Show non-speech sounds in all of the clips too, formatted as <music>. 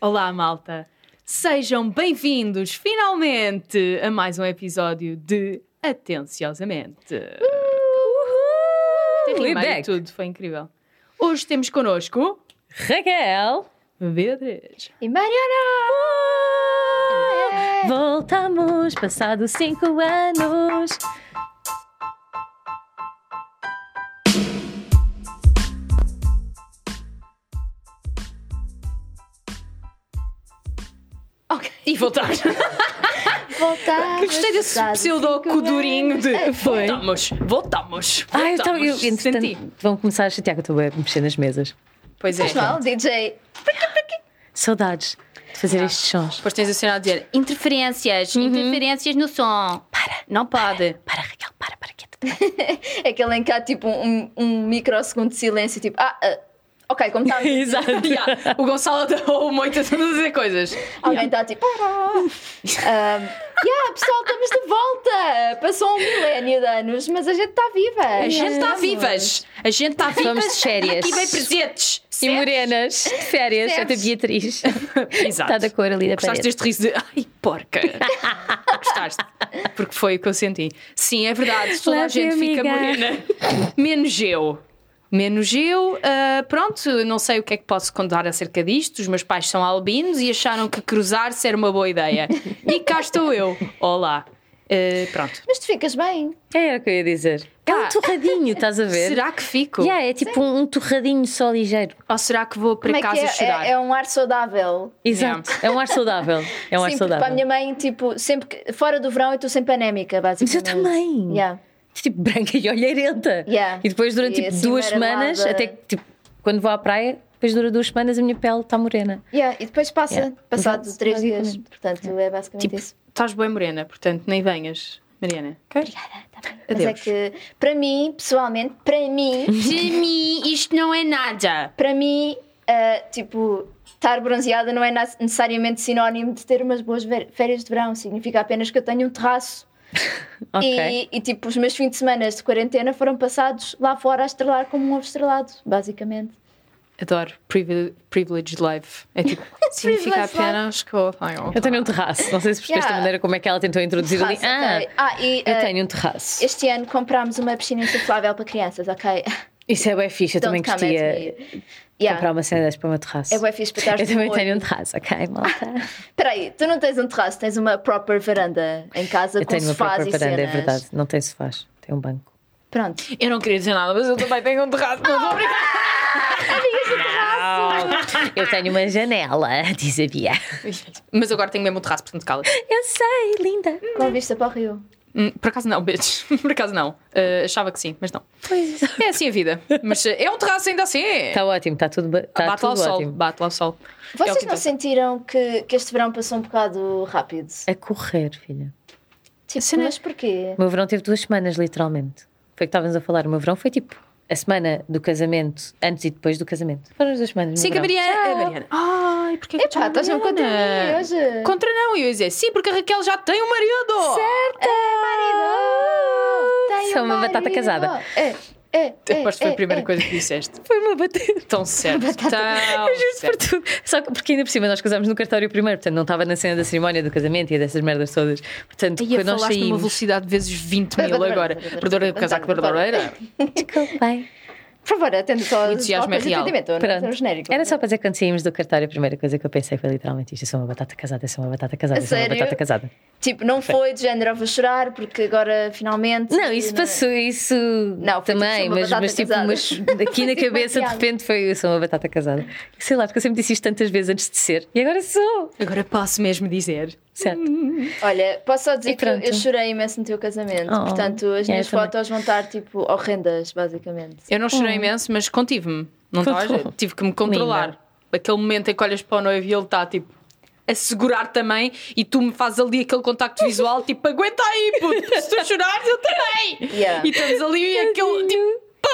Olá, malta. Sejam bem-vindos finalmente a mais um episódio de Atenciosamente. Uh, Tem rima e Back. tudo, foi incrível. Hoje temos connosco Raquel, Beatriz. E Mariana! voltamos, passados cinco anos. Ok. E <laughs> voltamos. Voltar! Gostei desse pseudo-codurinho É, de É, Foi. voltamos, voltamos. Ah, então eu, voltamos. Senti. entretanto, vão começar a chatear que eu estou a mexer nas mesas. Pois é. Faz mal, DJ. Saudades de fazer estes sons. Depois tens a cena a dizer interferências, Uhum. interferências no som. Para. Não pode. <laughs> Para, Raquel, para, para, <laughs> quieta. É que ele em cá, tipo, um, um microsegundo de silêncio, tipo, ah, ah, ok, como <laughs> está. Exato. Yeah, O Gonçalo deu muito a todas as coisas. Alguém está tipo. Ah, ah, yeah, pessoal, estamos de volta! Passou um milénio de anos, mas a gente está viva! A gente tá- está vivas. A gente está vivas. É. Vamos de férias. E bem presentes. E morenas, de férias, Percebes? até Beatriz. Exato. Está da cor ali da Gostaste parede. deste riso de ai, porca. Gostaste. Porque foi o que eu senti. Sim, é verdade. Toda a Love gente you, fica amiga. morena. Menos eu. Menos eu. Ah, pronto, não sei o que é que posso contar acerca disto. Os meus pais são albinos e acharam que cruzar-se era uma boa ideia. E cá estou eu. Olá. Ah, pronto. Mas tu ficas bem. É, era o que eu ia dizer. É Ah. um torradinho, estás a ver? Será que fico? Yeah, é tipo um, um torradinho só ligeiro. Ou será que vou para Como é casa que é? chorar? é? é um ar saudável. Exato. É um ar saudável. É um Sim, ar porque saudável. para a minha mãe, tipo, sempre que, fora do verão eu estou sempre anémica, Mas basicamente. eu também. Yeah. tipo branca e olheirenta. Yeah. E depois durante E tipo, assim, duas amarelada. semanas, até que tipo, quando vou à praia, depois dura duas semanas a minha pele está morena. Yeah, e depois passa, Yeah. passado Exato, três dias. basicamente. Portanto, é basicamente Tipo, isso. Estás bem morena, portanto, nem venhas, Mariana. ok? Mas adeus. é que, para mim, pessoalmente, para mim, De mim, isto não é nada. para mim, ah, tipo, estar bronzeada não é na- necessariamente sinónimo de ter umas boas ver- férias de verão. Significa apenas que eu tenho um terraço. Ok. E, e, tipo, os meus fins de semana de quarentena foram passados lá fora a estrelar como um ovo estrelado, basicamente. Adoro privi- privileged life. É <laughs> tipo, significa Privileged apenas que eu tenho. Eu tenho um terraço. Não sei se percebeste Yeah. a maneira como é que ela tentou introduzir ali. Terraço, Ah, ok. Ah, e eu ah, tenho um terraço. este ano comprámos uma piscina insuflável para crianças, ok? Isso é bem fixe. Eu também Don't come at gostaria me. de Yeah. comprar uma cena dessas para o meu terraço. É bué fixe para estares <laughs> Eu de também molho. tenho um terraço, ok, malta? Espera aí, tu não tens um terraço, tens uma proper varanda em casa Eu com tenho uma sofás própria e varanda, é cenas. verdade. Não tem sofás, tem um banco. Pronto. Eu não queria dizer nada, mas eu também tenho um terraço. Não, estou a brincar. <laughs> Eu tenho uma janela, <laughs> diz a Bia. mas agora tenho mesmo um terraço, portanto, cala. Eu sei, linda. Com vista para o rio. É Hum, Por acaso não, bitch. <laughs> Por acaso não. Ah, achava que sim, mas não. Pois É assim a vida. Mas ah, é um terraço ainda assim. Está ótimo, está tudo, ba- tá bate lá o tudo sol, ótimo. bate lá o sol. É o Vocês que não dá. sentiram que, que este verão passou um bocado rápido? A correr, filha. Tipo, Sim, né? mas porquê? O meu verão teve duas semanas, literalmente. Foi o que estávamos a falar. O meu verão foi tipo a semana do casamento, antes e depois do casamento. Foram as duas semanas. no Sim, que a verão. Mariana. a Mariana. Ai, porque é que Epá, estás-me contra mim hoje. Contra não, eu ia dizer, sim, porque a Raquel já tem um marido. Certa! Marido! Tenho Ah, Sou uma marido. batata casada. É, é, <laughs> é, Depois foi é, a primeira é. coisa que disseste. Foi <laughs> uma batata. Tão certo. Tão <laughs> Por certo. tudo. Só que, porque ainda por cima nós casámos no cartório primeiro, portanto não estava na cena da cerimónia do casamento e dessas merdas todas. Portanto, Ia quando nós falaste numa saímos. velocidade vezes 20 mil agora. Perdura do casaco verdadeira. <laughs> Desculpem. Por favor, atende só Entusiasmo é só ao real. atendimento, não é um Pronto. genérico. Era só para dizer que quando saímos do cartório, a primeira coisa que eu pensei foi literalmente isto: eu sou uma batata casada, eu sou uma batata casada, eu sou uma Sério? batata casada. Tipo, não foi de género, eu vou chorar porque agora finalmente. é? Não, isso é? passou, isso Não, foi tipo, também, sou uma mas, batata mas, tipo, casada. mas aqui na Tipo, cabeça de maquiada. repente foi eu sou uma batata casada. Sei lá, porque eu sempre disse isto tantas vezes antes de ser e agora sou. Agora posso mesmo dizer. Certo. Hum, Olha, posso só dizer E que eu, pronto. eu chorei imenso no teu casamento. Oh, Portanto, as é, minhas eu também. fotos vão estar tipo horrendas, basicamente. Eu não chorei imenso, mas contive-me. Não estava a Controlou. jeito. Tive que me controlar. Linda. Aquele momento em que olhas para o noivo e ele está tipo. A segurar também, e tu me fazes ali aquele contacto visual, tipo, aguenta aí, puto, se tu chorares, eu também! Yeah. E estamos ali, e aquele, tipo, pá!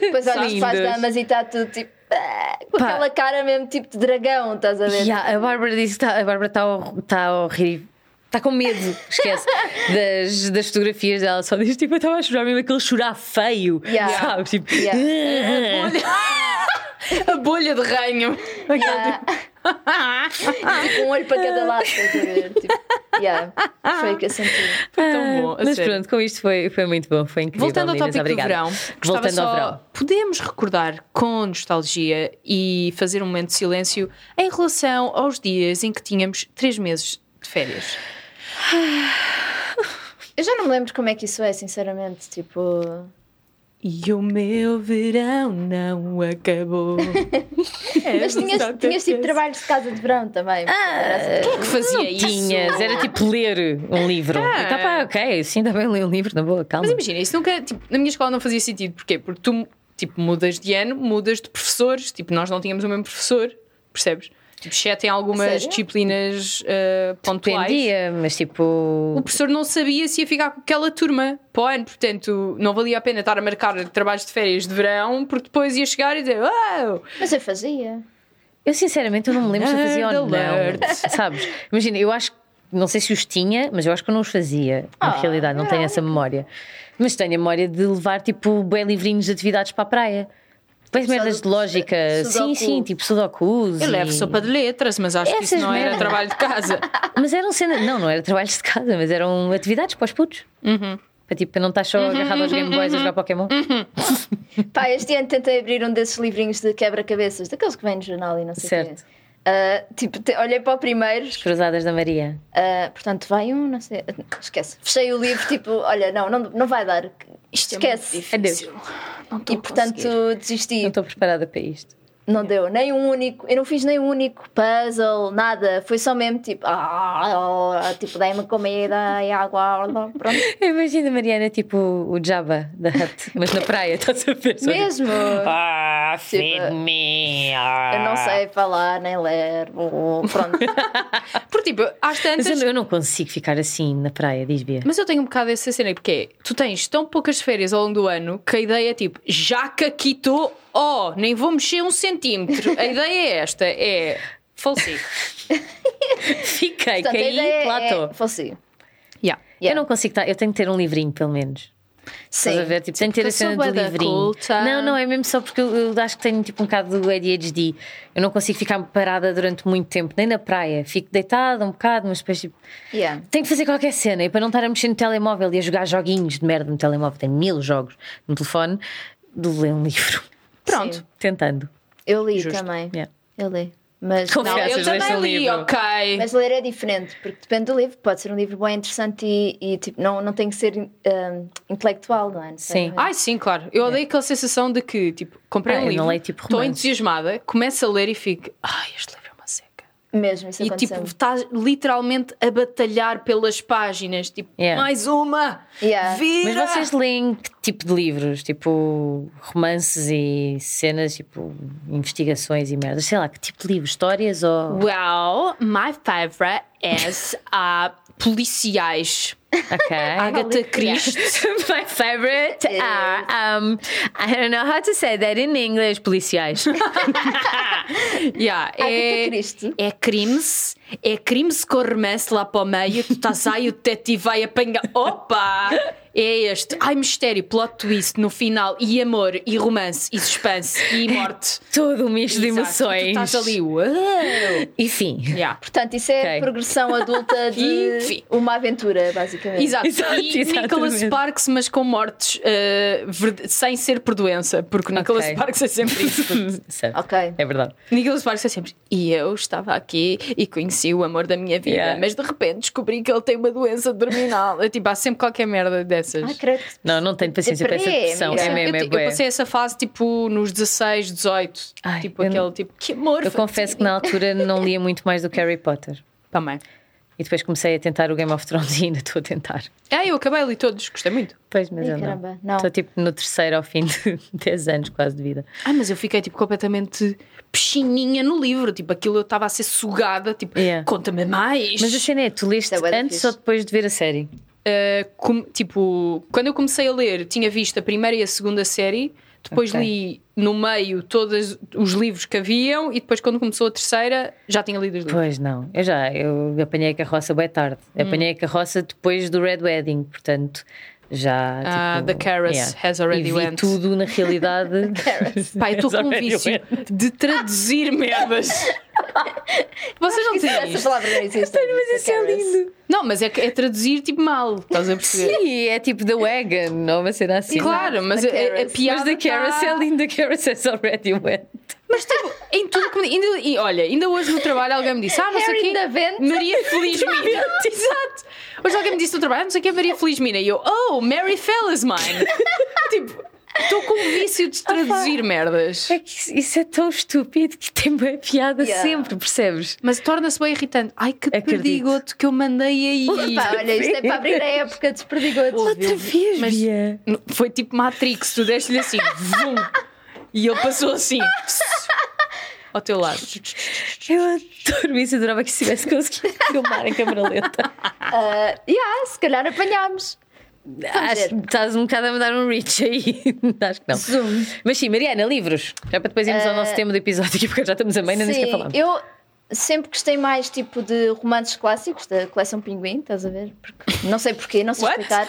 Depois olhas para as Lindas. damas e está tudo tipo. ah, Com Pá. aquela cara mesmo tipo de dragão, estás a ver? Yeah, a Bárbara disse que tá- a Bárbara está tá horrível. está <laughs> com medo, esquece, das, das fotografias dela. Só diz tipo, eu estava a chorar mesmo aquele chorar feio, Yeah. <laughs> sabe? Tipo, Yeah. A bolha de ranho. <laughs> Yeah. Tipo, um olho para cada lado, estás a ver? Tipo, yeah. Foi o que eu senti. Foi tão bom. a Ah, Mas sério. pronto, com isto foi, foi muito bom, foi incrível. Voltando ao meninas, tópico obrigada. do verão, gostava Voltando só, ao verão. podemos recordar com nostalgia e fazer um momento de silêncio em relação aos dias em que tínhamos três meses de férias. Eu já não me lembro como é que isso é, sinceramente. Tipo, E o meu verão não <laughs> acabou. É, mas sabe tinhas, o que é tinhas que é Ah. tipo trabalhos de casa de verão também. isso? que fazia Não isso? tinhas, era tipo ler um livro. Ah. E tá pá, ok, sim, também ler um livro, na boa, calma. Mas imagina, isso nunca, tipo, na minha escola não fazia sentido. Porquê? Porque tu, tipo, mudas de ano, mudas de professores. Tipo, nós não tínhamos o mesmo professor, percebes? Tipo, exceto em algumas Sério? disciplinas ah, pontuais. Dependia, mas O tipo. professor não sabia se ia ficar com aquela turma para o ano, portanto, não valia a pena estar a marcar trabalhos de férias de verão, porque depois ia chegar e dizer: Uau! Mas eu fazia. Eu sinceramente eu não me lembro se eu fazia ou Nerd alert. não. Sabes? Imagina, eu acho que. Não sei se os tinha, mas eu acho que eu não os fazia. Na Ah, realidade, não tenho essa memória. Mas tenho a memória de levar, tipo, bem livrinhos de atividades para a praia. Bem Tipo, merdas sudo- de lógica. Sim, sudoku. sim, tipo sudokus. Eu levo e- sopa de letras, mas acho que isso Essas não era merdas. trabalho de casa. Mas eram cenas. Não, não era trabalhos de casa, mas eram atividades para os putos. Uhum. Para tipo, para não estar só agarrado aos Game Boys a jogar Pokémon. Pá, este ano tentei abrir um desses livrinhos de quebra-cabeças, daqueles que vêm no jornal e não sei o Certo. quê. Ah, tipo, te- olhei para o primeiro, Cruzadas da Maria. ah, portanto, vai um, não sei. Esquece. Fechei o livro, tipo, olha, não, não, não vai dar. Isto Esquece. É muito difícil. Não estou E a portanto conseguir. Não desisti, estou preparada para isto. não deu nem um único, eu não fiz nem um único puzzle, nada, foi só mesmo tipo, ah, ah, tipo, dei-me comida e água, pronto, Eu imagino a Mariana tipo o Jabba da Hut, mas na praia, <laughs> estás a ver? Só tipo, mesmo. Ah, feed Tipo, me. Eu não sei falar, nem ler, <laughs> oh, pronto. Porque, tipo, às tantas. Mas eu, eu não consigo ficar assim na praia, diz Bia. <laughs> Mas eu tenho um bocado essa cena, porque é, tu tens tão poucas férias ao longo do ano que a ideia é tipo, já que aqui estou, oh, nem vou mexer um centímetro. A ideia é esta: é faleci. Fiquei, Portanto, a caí, ideia lá estou. é, fosse, Yeah. Eu não consigo estar, eu tenho que ter um livrinho, pelo menos. Estás a ver? Tipo, tenho que ter porque a eu sou cena bué do da livrinho. culta. Não, não, é mesmo só porque eu, eu acho que tenho tipo um bocado do ADHD. Eu não consigo ficar parada durante muito tempo, nem na praia. Fico deitada um bocado, mas depois tipo. Yeah. Tenho que fazer qualquer cena e para não estar a mexer no telemóvel e a jogar joguinhos de merda no telemóvel, tenho mil jogos no telefone, de ler um <laughs> livro. Pronto. Sim. Tentando. Eu li Justo. também. Yeah. Eu li. Mas, Não, Confesso. eu Vocês também leem li, livro. ok. mas ler é diferente, porque depende do livro. Pode ser um livro bem interessante e, e, tipo, não, não tem que ser hum, intelectual, não é? Não sei. Sim. Ai, sim, claro. Eu odeio aquela sensação de que, tipo, comprei É. um Ah, eu não livro, leio, tipo, estou romances. entusiasmada, começo a ler e fico, ai, este livro é uma seca. Mesmo, isso e, aconteceu. tipo, estás literalmente a batalhar pelas páginas, tipo, Yeah. mais uma, Yeah. vira! É. Mas vocês leem que tipo de livros? Tipo romances e cenas, tipo investigações e merdas? Sei lá, que tipo de livros? <laughs> Histórias ou. Well, my favorite is uh, policiais. Ok. Agatha Christie. <laughs> My favorite are. Um, I don't know how to say that in <laughs> English, policiais. Yeah, Agatha é, Christie. é crimes, é crimes que eu remesso lá para o meio, tu estás aí, o detetive vai apanhar. Opa! É este. Ai, mistério, plot twist no final, e amor, e romance, e suspense, e morte. Todo um misto de Exato. emoções. E tu estás ali, uau! <laughs> Enfim. Yeah. Portanto, isso é Ok. progressão adulta Enfim. de uma aventura, basicamente. Exato. Exato, e Nicholas exatamente. Sparks, mas com mortes eh, verd- sem ser por doença, porque o Nicholas Ok. Sparks é sempre isso. Certo. Ok. É verdade. Nicholas Sparks é sempre. E eu estava aqui e conheci o amor da minha vida, Yeah. mas de repente descobri que ele tem uma doença terminal. <laughs> É, tipo, há sempre qualquer merda dessas. Ai, credo que- Não, não tenho paciência para essa Deprê, depressão. amiga. É eu, mesmo, é ti- eu bué. passei essa fase tipo nos 16, 18. Ai, tipo eu aquele não- tipo, que amor. Eu confesso que na altura não lia muito mais do <laughs> que Harry Potter. Também. E depois comecei a tentar o Game of Thrones e ainda estou a tentar. Ah, eu acabei ali todos, gostei muito. Pois, mas Ih, eu caramba, não. não. Estou tipo no terceiro ao fim de <laughs> 10 anos quase de vida. Ah, mas eu fiquei tipo completamente pechininha no livro. Tipo, aquilo eu estava a ser sugada. Tipo, Yeah. conta-me mais. Mas a cena é, tu leste é bué da antes fixe. ou depois de ver a série? Uh, com- tipo, quando eu comecei a ler, tinha visto a primeira e a segunda série, Depois Ok. li no meio todos os livros que haviam e depois, quando começou a terceira, já tinha lido os livros. Pois não, eu já, eu apanhei a carroça bem tarde. Hum. Apanhei a carroça depois do Red Wedding, portanto, já. Ah, tipo, the Carrots has already e vi went. tudo <laughs> na realidade. Pá, eu estou Has com um already vício went. de traduzir <laughs> merdas. Vocês não têm Essa isto? palavra não existe. mas isso é lindo. Não, mas é, que- é traduzir tipo mal, estás a perceber? Sim, é tipo The Wagon, não uma cena assim. Claro, mas a, The a- a Carrots. Mas piada. The tá- Carrots é lindo, The Carrots has already went. Mas tipo, em tudo que me. Ainda, e olha, ainda hoje no trabalho alguém me disse: Ah, não sei o Harry quê. da <laughs> Vente. Maria Felizmina. Exato. Hoje alguém me disse no trabalho: Ah, não sei o que é Maria Felizmina. E eu: Oh, Mary Fell is mine. <laughs> tipo, estou com o vício de traduzir merdas. É que isso- isso é tão estúpido que tem bem piada Yeah. sempre, percebes? Mas torna-se bem irritante. Ai, que Acredito. perdigoto que eu mandei aí. Pá, olha, isto é para abrir a época dos perdigotos. Outra vez, mas- Bia. Foi tipo Matrix, tu deste-lhe assim, vum, e ele passou assim, ao teu lado. Eu adoro isso, adorava que se tivesse conseguido <laughs> filmar em câmera lenta. Ah, <laughs> yeah, se calhar apanhámos. Acho que estás um bocado a me dar um reach aí. <laughs> Acho que não. Zoom. Mas sim, Mariana, livros. Já para depois irmos ao nosso tema do episódio, aqui, porque já estamos a meio, ainda nem sequer Sim, falamos. eu sempre gostei mais tipo de romances clássicos da coleção Pinguim, estás a ver? Porque- não sei porquê, <laughs> não sei What? explicar.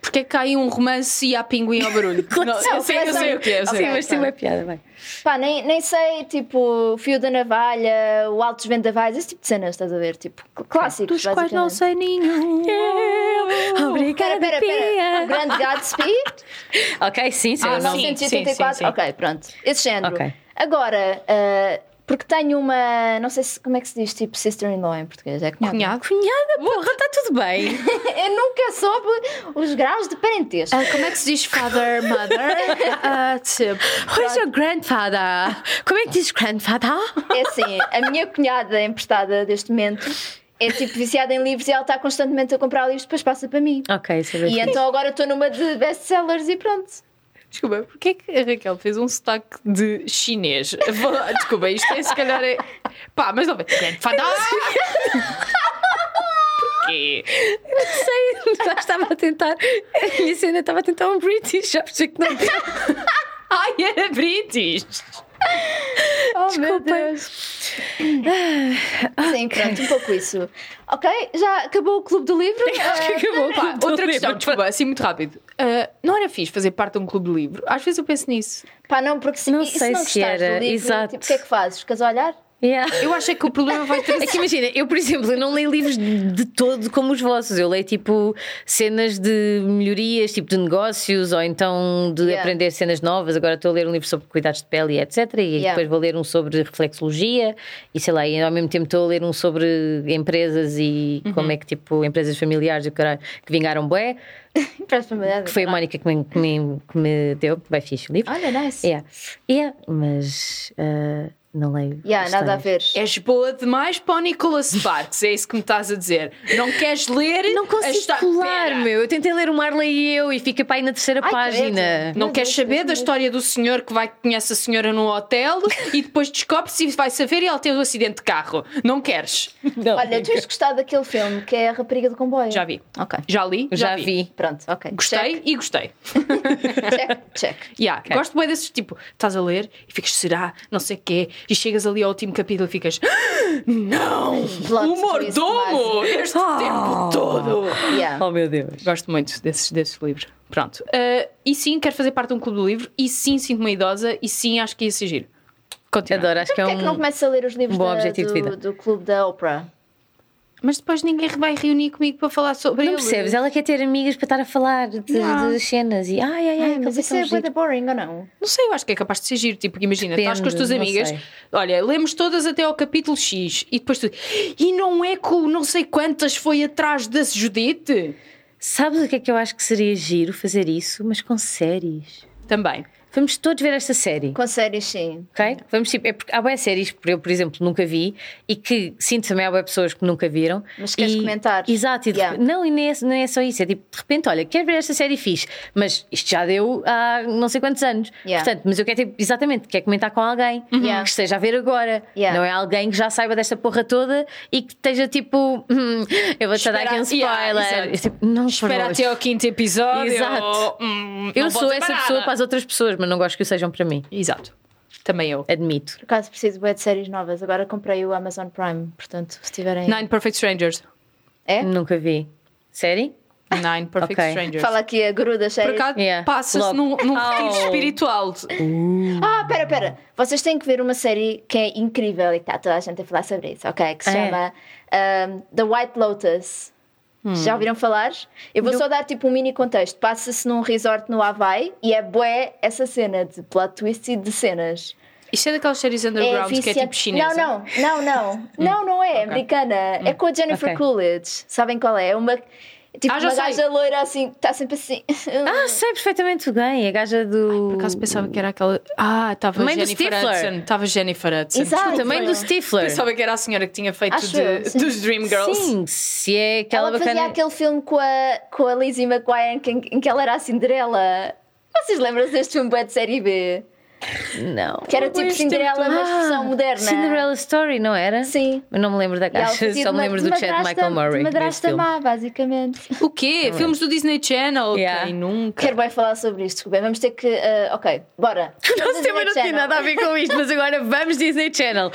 Porque é que há aí um romance e há pinguim ao barulho? <laughs> Claro, Não, eu, sei, eu sei o que é. eu Sim, sei. mas tem uma piada, vai. Pá, nem, nem sei, tipo, o fio da navalha, o alto dos vendavais, esse tipo de cenas, estás a ver? Tipo, cl- clássicos, Dos quais não basicamente. sei <laughs> nenhum. Pera, Obrigada, pera, pera. O Pia. Grande <laughs> Gatsby, Ok, sim, sim. Ah, não. sim. 1984. sim, sim. Ok, pronto. Esse género. Ok. Agora, ah, porque tenho uma. Não sei se, como é que se diz, tipo, sister-in-law em português. É cunhada. Cunhado. Cunhada, porra, tá está tá tudo bem. <laughs> <laughs> Eu nunca soube os graus de parentesco. Ah, como é que se diz father, <laughs> mother? Ah, tipo. Where's your grandfather? Como é que diz grandfather? É assim, a minha cunhada emprestada deste momento é tipo viciada em livros e ela está constantemente a comprar livros, depois passa para mim. Ok, isso é E verdade. então agora estou numa de best-sellers e pronto. Desculpa, porquê é que a Raquel fez um sotaque de chinês? Vou- Desculpa, isto é se calhar. É... Pá, mas não vem. Grandfather! Porquê? <laughs> Sei, já estava a tentar. A minha cena estava a tentar um British, já percebi que não. Ai, era British! Oh, Desculpa. Sim, pronto, um pouco isso. Ok, já acabou o Clube do Livro? <laughs> Acho que acabou. Pá, Não outra lembro. questão, desculpa, assim muito rápido. Ah, não era fixe fazer parte de um clube de livro? Às vezes eu penso nisso. Ah, Pá, não, porque se, Não e se sei não se gostares era, do livro, exato. tipo, o que é que fazes? Ficas a olhar? <laughs> Yeah. Eu acho é que o problema vai ter. É que imagina, eu, por exemplo, eu não leio livros de de todo como os vossos. Eu leio tipo cenas de melhorias, tipo de negócios, ou então de Yeah. aprender cenas novas. Agora estou a ler um livro sobre cuidados de pele e etc. E Yeah. depois vou ler um sobre reflexologia e sei lá, e ao mesmo tempo estou a ler um sobre empresas e Uhum. como é que tipo empresas familiares e o caralho que vingaram bué, Empresta para que foi a Mónica que me, que me, que me deu, que vai fixe o livro. Olha, nice. Yeah. Yeah, mas ah, não leio. Yeah, nada a histórias. ver. És boa demais para o Nicolas Sparks, é isso que me estás a dizer. Não queres ler? Não a consigo histó- colar, Pera. meu. Eu tentei ler o Marley e eu e fica para aí na terceira Ai, página. credo. Não Meu queres Deus, saber Deus da meu. história do senhor que vai que conhece a senhora no hotel e depois descobre se vai saber e ele teve um acidente de carro. Não queres? É Olha, tu tens gostado daquele filme que é A Rapariga do Comboio? Já vi. Ok. Já li? já vi. Pronto, ok. Gostei e gostei. Check, check. Yeah, Gosto bem desses tipo, estás a ler e ficas, será? Não sei o quê. E chegas ali ao último capítulo e ficas, "Ah, não! Plot o twist mordomo! Este Ah. tempo todo! Yeah. <laughs> Oh, meu Deus. Gosto muito desses, desses livros. Pronto. Ah, e sim, quero fazer parte de um clube do livro. E sim, sinto-me idosa. E sim, acho que ia ser giro. Continua. Adoro, acho que é Porquê é que não um. começas a ler os livros bom da- objetivo de vida. do, do Clube da Oprah? Mas depois ninguém vai reunir comigo para falar sobre Não ele. percebes? Ela quer ter amigas para estar a falar de, Não. das cenas e ai, ai, ai, Ai, mas aquele isso é botãozinho. bué da boring ou não? Não sei, eu acho que é capaz de ser giro. Tipo, que imagina, estás com as tuas Depende, não amigas, sei. olha, lemos todas até ao capítulo X e depois tu. E não é que o não sei quantas foi atrás da Judite? Sabes o que é que eu acho que seria giro fazer isso, mas com séries? Também. Vamos todos ver esta série. Com séries, sim. Ok? Vamos tipo, é porque há boas séries que eu, por exemplo, nunca vi e que sinto também há boas pessoas que nunca viram. Mas queres E- comentar? Exato, e de Yeah. repe- não, e nem é, nem é só isso. É tipo, de repente, olha, quero ver esta série fixe, mas isto já deu há não sei quantos anos. Yeah. Uhum. Portanto, mas eu quero ter, exatamente, quero comentar com alguém Yeah. que esteja a ver agora. Yeah. Não é alguém que já saiba desta porra toda e que esteja tipo, <laughs> "Hum, eu vou te dar Espera- aqui um Yeah, spoiler. exato. Eu, tipo, não, por Espera favor. até ao quinto episódio. Exato. Hum, Eu não vou sou dizer essa nada. pessoa para as às outras pessoas, mas não gosto que o sejam para mim. Exato. Também eu. Admito. Por acaso preciso bué de séries novas. Agora comprei o Amazon Prime, portanto, se tiverem. Nine Perfect Strangers. É? Nunca vi. Série? Nine Perfect Ok. Strangers. Fala aqui a guru das Por séries. acaso Yeah. passa-se Logo. num, num retiro Oh. espiritual. Ah, pera, pera. Vocês têm que ver uma série que é incrível e que está toda a gente a falar sobre isso, ok? Que se Ah, é? chama um, The White Lotus. Já ouviram falar? Eu vou só dar tipo um mini contexto. Passa-se num resort no Havaí e é bué essa cena de plot twist e de cenas. Isto é daquelas séries underground que é viciante. tipo chinesa. Não, não, não, <laughs> não. não, não é. é Americana. É com a Jennifer Hum. Ok. Coolidge. Sabem qual é? É uma. Tipo, Ah, já uma sei. gaja loira assim, que está sempre assim. <laughs> Ah, sei perfeitamente o ganho. A gaja do. Por acaso pensava que era aquela. Ah, estava Mãe do Jennifer Stifler. Hudson. Estava Jennifer Hudson. Exato. Desculpa, Ah, Também do Stifler. Pensava que era a senhora que tinha feito Acho de- eu, sim. dos Dream Girls. Sim, se é aquela ela bacana. fazia aquele filme com a, com a Lizzie McGuire em que, em que ela era a Cinderela. Vocês lembram-se deste filme bué de série B? Não. Que era tipo Cinderela, mas Ah, versão moderna. Cinderella Story, não era? Sim. Eu não me lembro da E ela gaja, só fazia de me ma- lembro de do Chad madrasta- Michael Murray. de nesse Madrasta filme. <laughs> má, basicamente. O quê? Filmes do Disney Channel? é. Yeah. Quem nunca? Quero bem falar sobre isto, bem, vamos ter que. ah, ok, <laughs> bora. O nosso tema não tinha nada a ver com isto, mas agora vamos Disney Channel.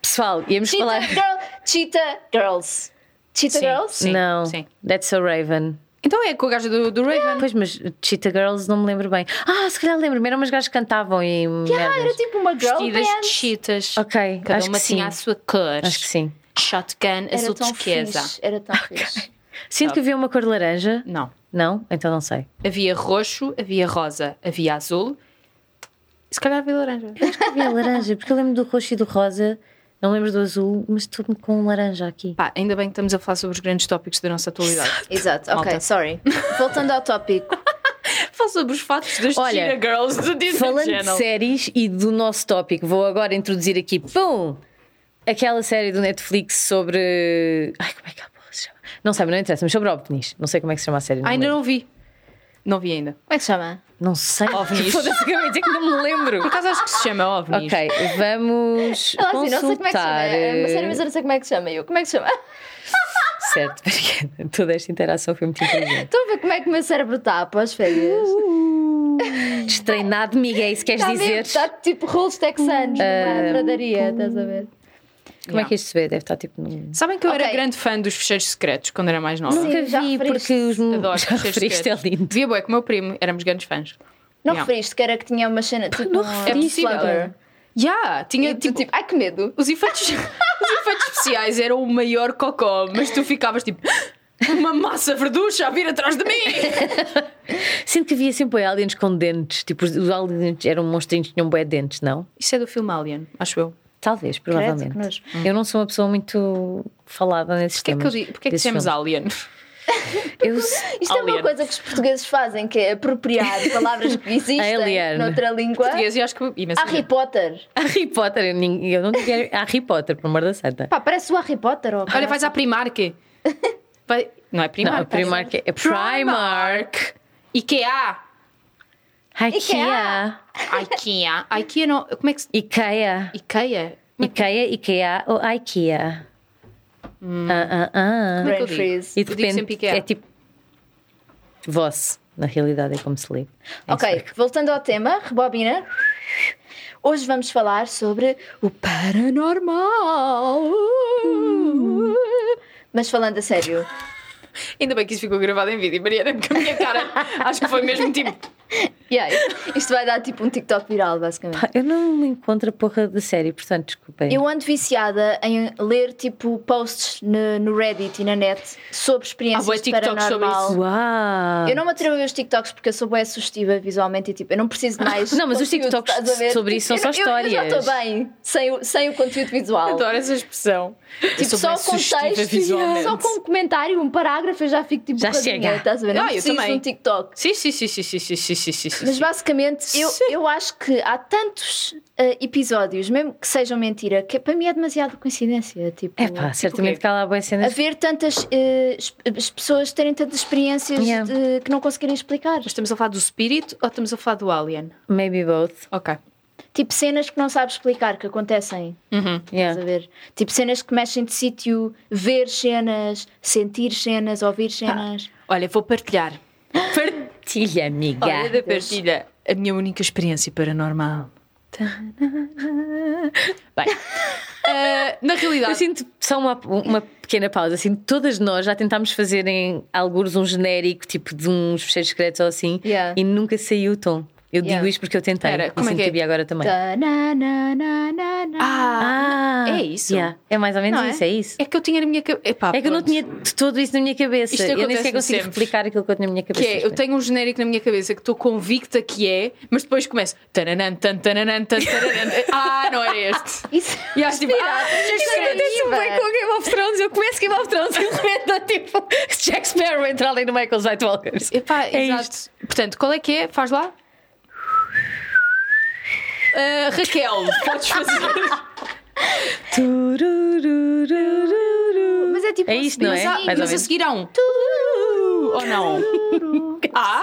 Pessoal, íamos Cheetah, falar. girl, cheetah Girls. Cheetah Sim, Girls? sim. não, sim. That's so Raven. Então é com a gaja do, do Raven. Pois, mas Cheetah Girls não me lembro bem. Ah, se calhar lembro-me, eram umas gajas que cantavam e. Yeah, merdas. era tipo uma girl Vestidas band. de cheetas. Ok, Cada acho uma que tinha sim. a sua cor. Acho que sim. Shotgun Era azul tão turquesa. fixe. Era tão fixe. Ah. Sinto que havia uma cor de laranja. Não. Não? Então não sei. Havia roxo, havia rosa, havia azul. Se calhar havia laranja. Havia laranja, porque eu lembro do roxo e do rosa, não lembro do azul, mas estou-me com laranja aqui. Pá, ainda bem que estamos a falar sobre os grandes tópicos da nossa atualidade. Exato, ok, Malta. sorry. Voltando ao <laughs> tópico. Fala sobre os fatos das Olha, Cheetah Girls do Disney Falando de Channel. séries e do nosso tópico, vou agora introduzir aqui, pum! Aquela série do Netflix sobre. Ai, como é que ela se chama? Não sei, mas não interessa, mas sobre OVNIs. Não sei como é que se chama a série. Não, Ai, ainda lembro. não vi. Não vi ainda. Como é que se chama? não <laughs> sei. <laughs> OVNIs. Foda-se, acabei de dizer que não me lembro. Por acaso acho que se chama OVNIs. ok, vamos. Ela assim, consultar. não sei como é que se chama. É uma série, mas eh, eu não sei como é que se chama. E Eu, como é que se chama? <laughs> Certo, porque <laughs> toda esta interação foi muito <laughs> inteligente. Estão a ver como é que o meu cérebro está após férias? Uh, Destreinado, Miguel, se queres Está dizer. Está tipo rolos texanos Um, numa pradaria, é? estás a ver? Como é que isto se vê? Deve estar tipo num. Sabem que eu era Ok. grande fã dos fecheiros secretos quando era mais nova. Sim, Nunca já vi, referiste. porque os. Adoro <laughs> já fecheiros referiste, é secretos. lindo. Via bué com o meu primo, éramos grandes fãs. Não Yeah. referiste que era que tinha uma cena tipo não um É referiste, possível. flubber. Yeah, tinha E tu, tipo, tipo, ai que medo. os <laughs> efeitos, os efeitos especiais eram o maior cocó, mas tu ficavas tipo uma massa verducha a vir atrás de mim. Sinto que havia sempre aliens com dentes. Tipo, os- os aliens eram monstrinhos que tinham bué de dentes, não? Isso é do filme Alien, acho eu. Talvez, que nojo. provavelmente. eu não sou uma pessoa muito falada nesses Porquê é que, eu temas. digo- porque é que desses dissemos filmes. Alien? Eu, Isto é Alien. uma coisa que os portugueses fazem, que <laughs> é apropriar palavras que existem Alien. noutra língua. Português e acho que imensa Harry Potter. Harry Potter, eu, nin- eu não digo <laughs> Harry Potter, por amor da santa. Pá, parece o Harry Potter. Ou Olha, vais à <laughs> Primark. Vai- Não é Não, Primark. a Primark é é Primark. Primark. IKEA. IKEA. IKEA. IKEA não. Como é que se. IKEA. IKEA? IKEA, IKEA ou IKEA. Hum. Ah, ah, ah. é que eu Brain digo? freeze. E Eu de digo sempre repente IKEA. é tipo. Voz. Na realidade é como se lê. É isso Ok, voltando ao tema, rebobina. Hoje vamos falar sobre o paranormal. Mas falando a sério, Ainda bem que isso ficou gravado em vídeo, Mariana, porque a minha <laughs> cara acho que foi mesmo tipo. yeah, isto vai dar tipo um TikTok viral, basicamente. Pá, <laughs> Eu não me encontro a porra da série, portanto, desculpem. Eu ando viciada em ler tipo posts no, no Reddit e na net sobre Ah, experiências bué de TikToks sobre paranormal. Uau! Eu não me atrevo a ver os TikToks porque eu sou bem assustiva visualmente e tipo, eu não preciso de mais. <laughs> Não, mas os conteúdo, TikToks estás a ver? sobre isso são só Eu- Eu, eu já histórias. estou bem sem o, sem o conteúdo visual. Adoro essa expressão. Tipo, só com texto, visualmente. só com um comentário, um parágrafo, eu já fico tipo Já bocadinha, chega. Estás a ver? Não Ah, eu preciso também. de um TikTok. Sim, sim, sim, sim, sim, sim, sim, sim, sim, sim. Mas basicamente, eu, Sim. eu acho que há tantos eh, episódios, mesmo que sejam mentira, que para mim é demasiado coincidência. Tipo, É pá, certamente quê? que há lá boas cenas. haver tantas eh, es- as pessoas terem tantas experiências Yeah. de- que não conseguirem explicar. Mas estamos a falar do espírito ou estamos a falar do alien? Maybe both. Ok. Tipo cenas que não sabes explicar, que acontecem. Estás a Yeah. ver? Tipo cenas que mexem de sítio, ver cenas, sentir cenas, ouvir cenas. Olha, vou partilhar. <laughs> Partilha, amiga. Olha da partilha. a minha única experiência paranormal. Bem, eh, na Eu realidade, sinto só uma, uma pequena pausa. Assim, todas nós já tentámos fazer em alguns um genérico, tipo de uns fecheiros secretos ou assim, Yeah. e nunca saiu o tom. Eu Yeah. digo isto porque eu tentei. Espera, e como é sinto que é? havia agora também. Tá, na, na, na, na, na. ah, Ah, é isso? yeah. É mais ou menos Não é? isso, é isso. é que eu tinha na minha cabeça. É que eu não tinha de todo isso na minha cabeça. Isto eu nem acontece-me sequer consigo sempre. replicar aquilo que eu tinha na minha Que cabeça. é, eu tenho um genérico na minha cabeça que estou convicta que é, mas depois começo. Taranam, tan, taranam, tan, taranam. <laughs> Ah, não era este. Isso. <laughs> E acho tipo, ah, Isso acontece é Incrível. bem com o Game of Thrones. Eu começo Game of Thrones e de repente dá tipo Jack Sparrow entrar ali no Michael White Walkers. Epá, É exato. Portanto, qual é que é? Faz lá. Ah, Raquel, podes <laughs> fazer. Turururururu. Mas é tipo É um isto, não Mas, é? há- Mais ou mas a menos. seguir há um. Ou <laughs> não? Ah,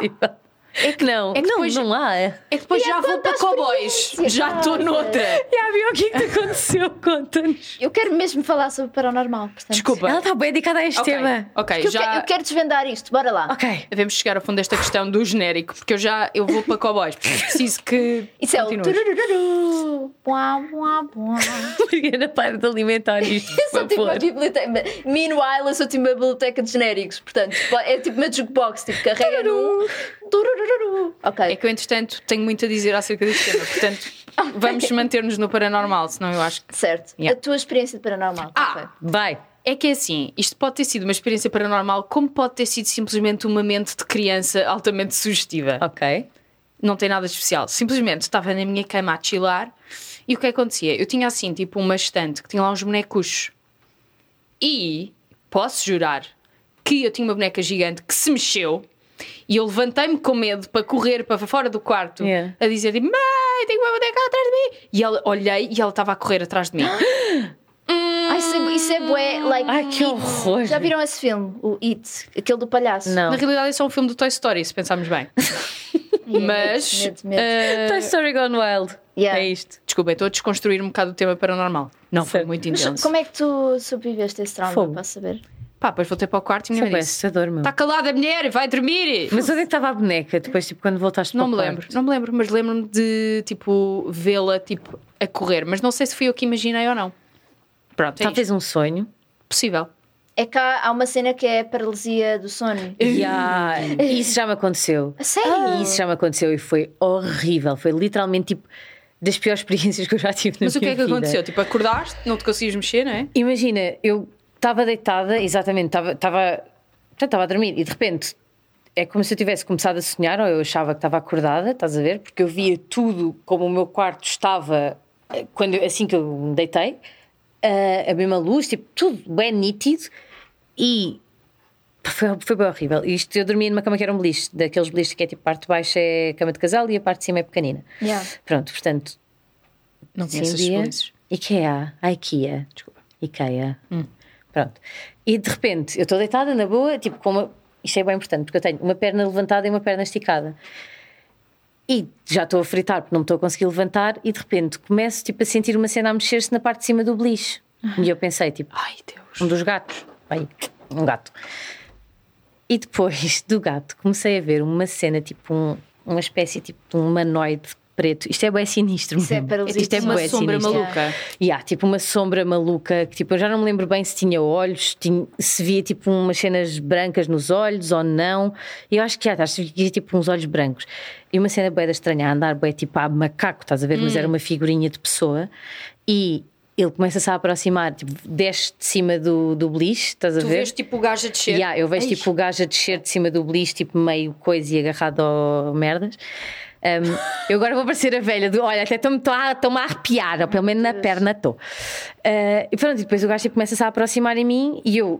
É que não. é que não, depois- não há. É. é que depois E há já vou para tantas cowboys. experiências, Já estou nossa. noutra. Já viu o que é que te aconteceu? <laughs> Conta-nos. Eu quero mesmo falar sobre paranormal. Portanto. Desculpa. Ela está bem dedicada a este Ok, tema. ok, Porque eu, que- já. eu quero desvendar isto, bora lá. Ok. Devemos chegar ao fundo desta questão do genérico, porque eu já eu vou para cowboys. Preciso que. Isso é o. continues. turururu, buá, buá, <laughs> buá. Mariana, para de alimentar <laughs> isto. Eu por sou tipo uma favor. biblioteca. Meanwhile, eu sou tipo uma biblioteca de genéricos. Portanto, é tipo uma jukebox. Tipo, carrega num. Tururururu. É Ok. que eu, entretanto, tenho muito a dizer acerca deste tema, <laughs> portanto, vamos manter-nos no paranormal, senão eu acho que. Certo. Yeah. A tua experiência de paranormal. qual Ah, foi? Vai. É que é assim, isto pode ter sido uma experiência paranormal, como pode ter sido simplesmente uma mente de criança altamente sugestiva. Ok. Não tem nada de especial. Simplesmente estava na minha cama a chilar e o que é que acontecia? Eu tinha assim, tipo, uma estante que tinha lá uns bonecos. E posso jurar que eu tinha uma boneca gigante que se mexeu e eu levantei-me com medo para correr para fora do quarto Yeah. a dizer tipo, mãe, tenho uma boneca atrás de mim. E ela olhei e ela estava a correr atrás de <gasps> mim. Ai, isso é, isso é bué. Like, Ai, que It. horror. Já viram esse filme? O It. Aquele do palhaço. Não. Na realidade, é só um filme do Toy Story, se pensarmos <laughs> bem. Yeah, Mas. medo, medo, medo. eh, Toy Story Gone Wild. Yeah. É isto. desculpa, eu estou a desconstruir um bocado o tema paranormal. Não, foi Certo. muito Mas intenso. como é que tu sobreviveste a esse trauma? Fogo. Posso saber? Pá, depois voltei para o quarto e Isso minha é bem mãe disse: assustador, meu. Está calada, mulher, vai dormir. Mas onde é que estava a boneca depois, tipo, quando voltaste Não para me o lembro, quarto? não me lembro, mas lembro-me de, tipo, vê-la, tipo, a correr. Mas não sei se fui eu que imaginei ou não. Pronto, é isto. Talvez <laughs> um sonho. possível. É que há, há uma cena que é a paralisia do sono. <laughs> Yeah. Isso já me aconteceu. Ah, A sério? Isso já me aconteceu e foi horrível. Foi literalmente tipo das piores experiências que eu já tive na Mas o que é minha que vida. aconteceu? Tipo, acordaste, não te conseguias mexer, não é? Imagina, eu estava deitada, exatamente, estava- estava portanto, estava a dormir e de repente é como se eu tivesse começado a sonhar ou eu achava que estava acordada, estás a ver? Porque eu via tudo como o meu quarto estava eh, quando, eu- assim que eu me deitei, eh, a mesma luz, tipo, tudo bem nítido e pá, foi, foi bem horrível. E Isto, eu dormia numa cama que era um beliche, daqueles beliches que é tipo, a parte de baixo é cama de casal e a parte de cima é pequenina. Yeah. Pronto, portanto, Não Sim, conheço as dia. coisas. IKEA, a IKEA. Desculpa. IKEA. Pronto. E de repente, eu estou deitada na boa, tipo, com uma. Isto é bem importante, porque eu tenho uma perna levantada e uma perna esticada. E já estou a fritar porque não me estou a conseguir levantar, e de repente começo tipo, a sentir uma cena a mexer-se na parte de cima do beliche. E eu pensei, tipo, Ai, Deus. um dos gatos. Aí, um gato. E depois <laughs> do gato comecei a ver uma cena, tipo um- uma espécie tipo de um humanoide preto. Isto é bem sinistro. Isso é mesmo. paralisia Isto é de Uma bué sombra sinistro. maluca. E há tipo uma sombra maluca que tipo, eu já não me lembro bem se tinha olhos, tinha- se via tipo umas cenas brancas nos olhos ou não. E eu acho que já acho que via tipo uns olhos brancos. E uma cena boeda estranha, a andar boé tipo a macaco, estás a ver? Hum. Mas era uma figurinha de pessoa. E ele começa-se a aproximar, tipo, desce de cima do, do beliche, estás a Tu ver? vês tipo o gajo a descer. Yeah, eu vejo Ai. tipo o gajo a descer de cima do beliche, tipo meio coisa e agarrado ao merdas. Um, eu agora vou parecer a velha do olha, até estou-me tô a, tô-me a arrepiar, ou pelo menos na perna estou. Uh, e pronto, e depois o gajo tipo, começa-se a aproximar em mim e eu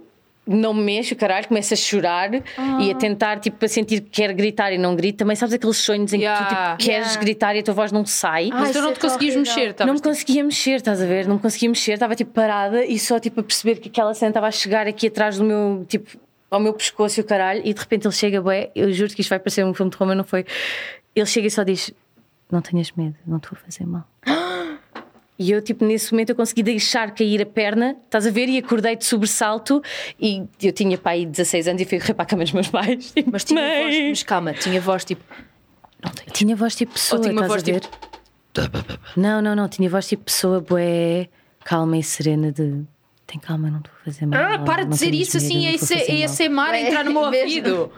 não me mexo, caralho, começo a chorar Ah. e a tentar, tipo, a sentir que quer gritar e não grito. Também sabes aqueles sonhos em que tu Yeah. Ah, tipo, queres Yeah. gritar e a tua voz não sai. Ai, Mas tu isso não é te conseguias horrível. mexer, tá? Não me conseguia mexer, estás a ver? Não me conseguia mexer, estava tipo parada e só tipo a perceber que aquela cena estava a chegar aqui atrás do meu, tipo, ao meu pescoço e o caralho, e de repente ele chega, bué, eu juro que isto vai parecer um filme de Roma, não foi? Ele chega e só diz: Não tenhas medo, não te vou fazer mal. <gasps> E eu, tipo, nesse momento eu consegui deixar cair a perna, estás a ver? E acordei de sobressalto. E eu tinha pai 16 anos e fui correr para a cama dos meus pais. Mas tinha Mãe! voz, mas calma, tinha voz tipo. Não tenho. Tinha voz tipo pessoa, Ou tinha uma estás voz a ver? tipo- Não, não, não, tinha voz tipo pessoa bué, calma e serena de... Tem calma, não estou a fazer mal. Ah, para de não dizer tenhas isso assim, medo, é não esse, estou a fazer é mal. esse mar a Ué, entrar no <laughs> meu mesmo. ouvido.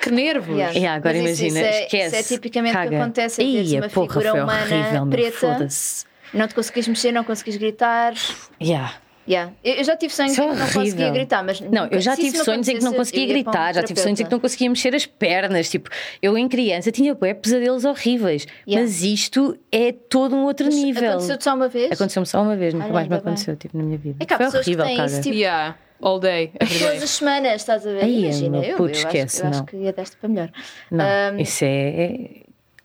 Que nervos. Yeah. Yeah, agora Mas isso- imagina, isso é- esquece. isso é tipicamente o que Caga. acontece, é teres Ia, uma porra, figura foi humana horrível, meu, preta. Foda-se. Não te conseguis mexer, não conseguis gritar. Yeah. Yeah. Eu, eu já tive sonhos Isso em é que não horrível. conseguia gritar, mas. Não, eu já se isso tive me sonhos em que não acontecesse, conseguia eu ia para um gritar, já tive sonhos em que não terapeuta. conseguia mexer as pernas. Tipo, eu em criança tinha bué pesadelos horríveis, Yeah. mas isto é todo um outro nível. Aconteceu-te só uma vez? Aconteceu-me só uma vez, nunca Olha, mais me ainda bem. aconteceu tipo, na minha vida. É que há Foi pessoas que horrível, têm cara. isso, tipo, Yeah. All day. every day. todas as semanas, estás a ver? Ai, Imagina, meu eu, puto, eu esquece, acho, eu não. acho que ia desta para melhor. Não, Ahm, isso é, é-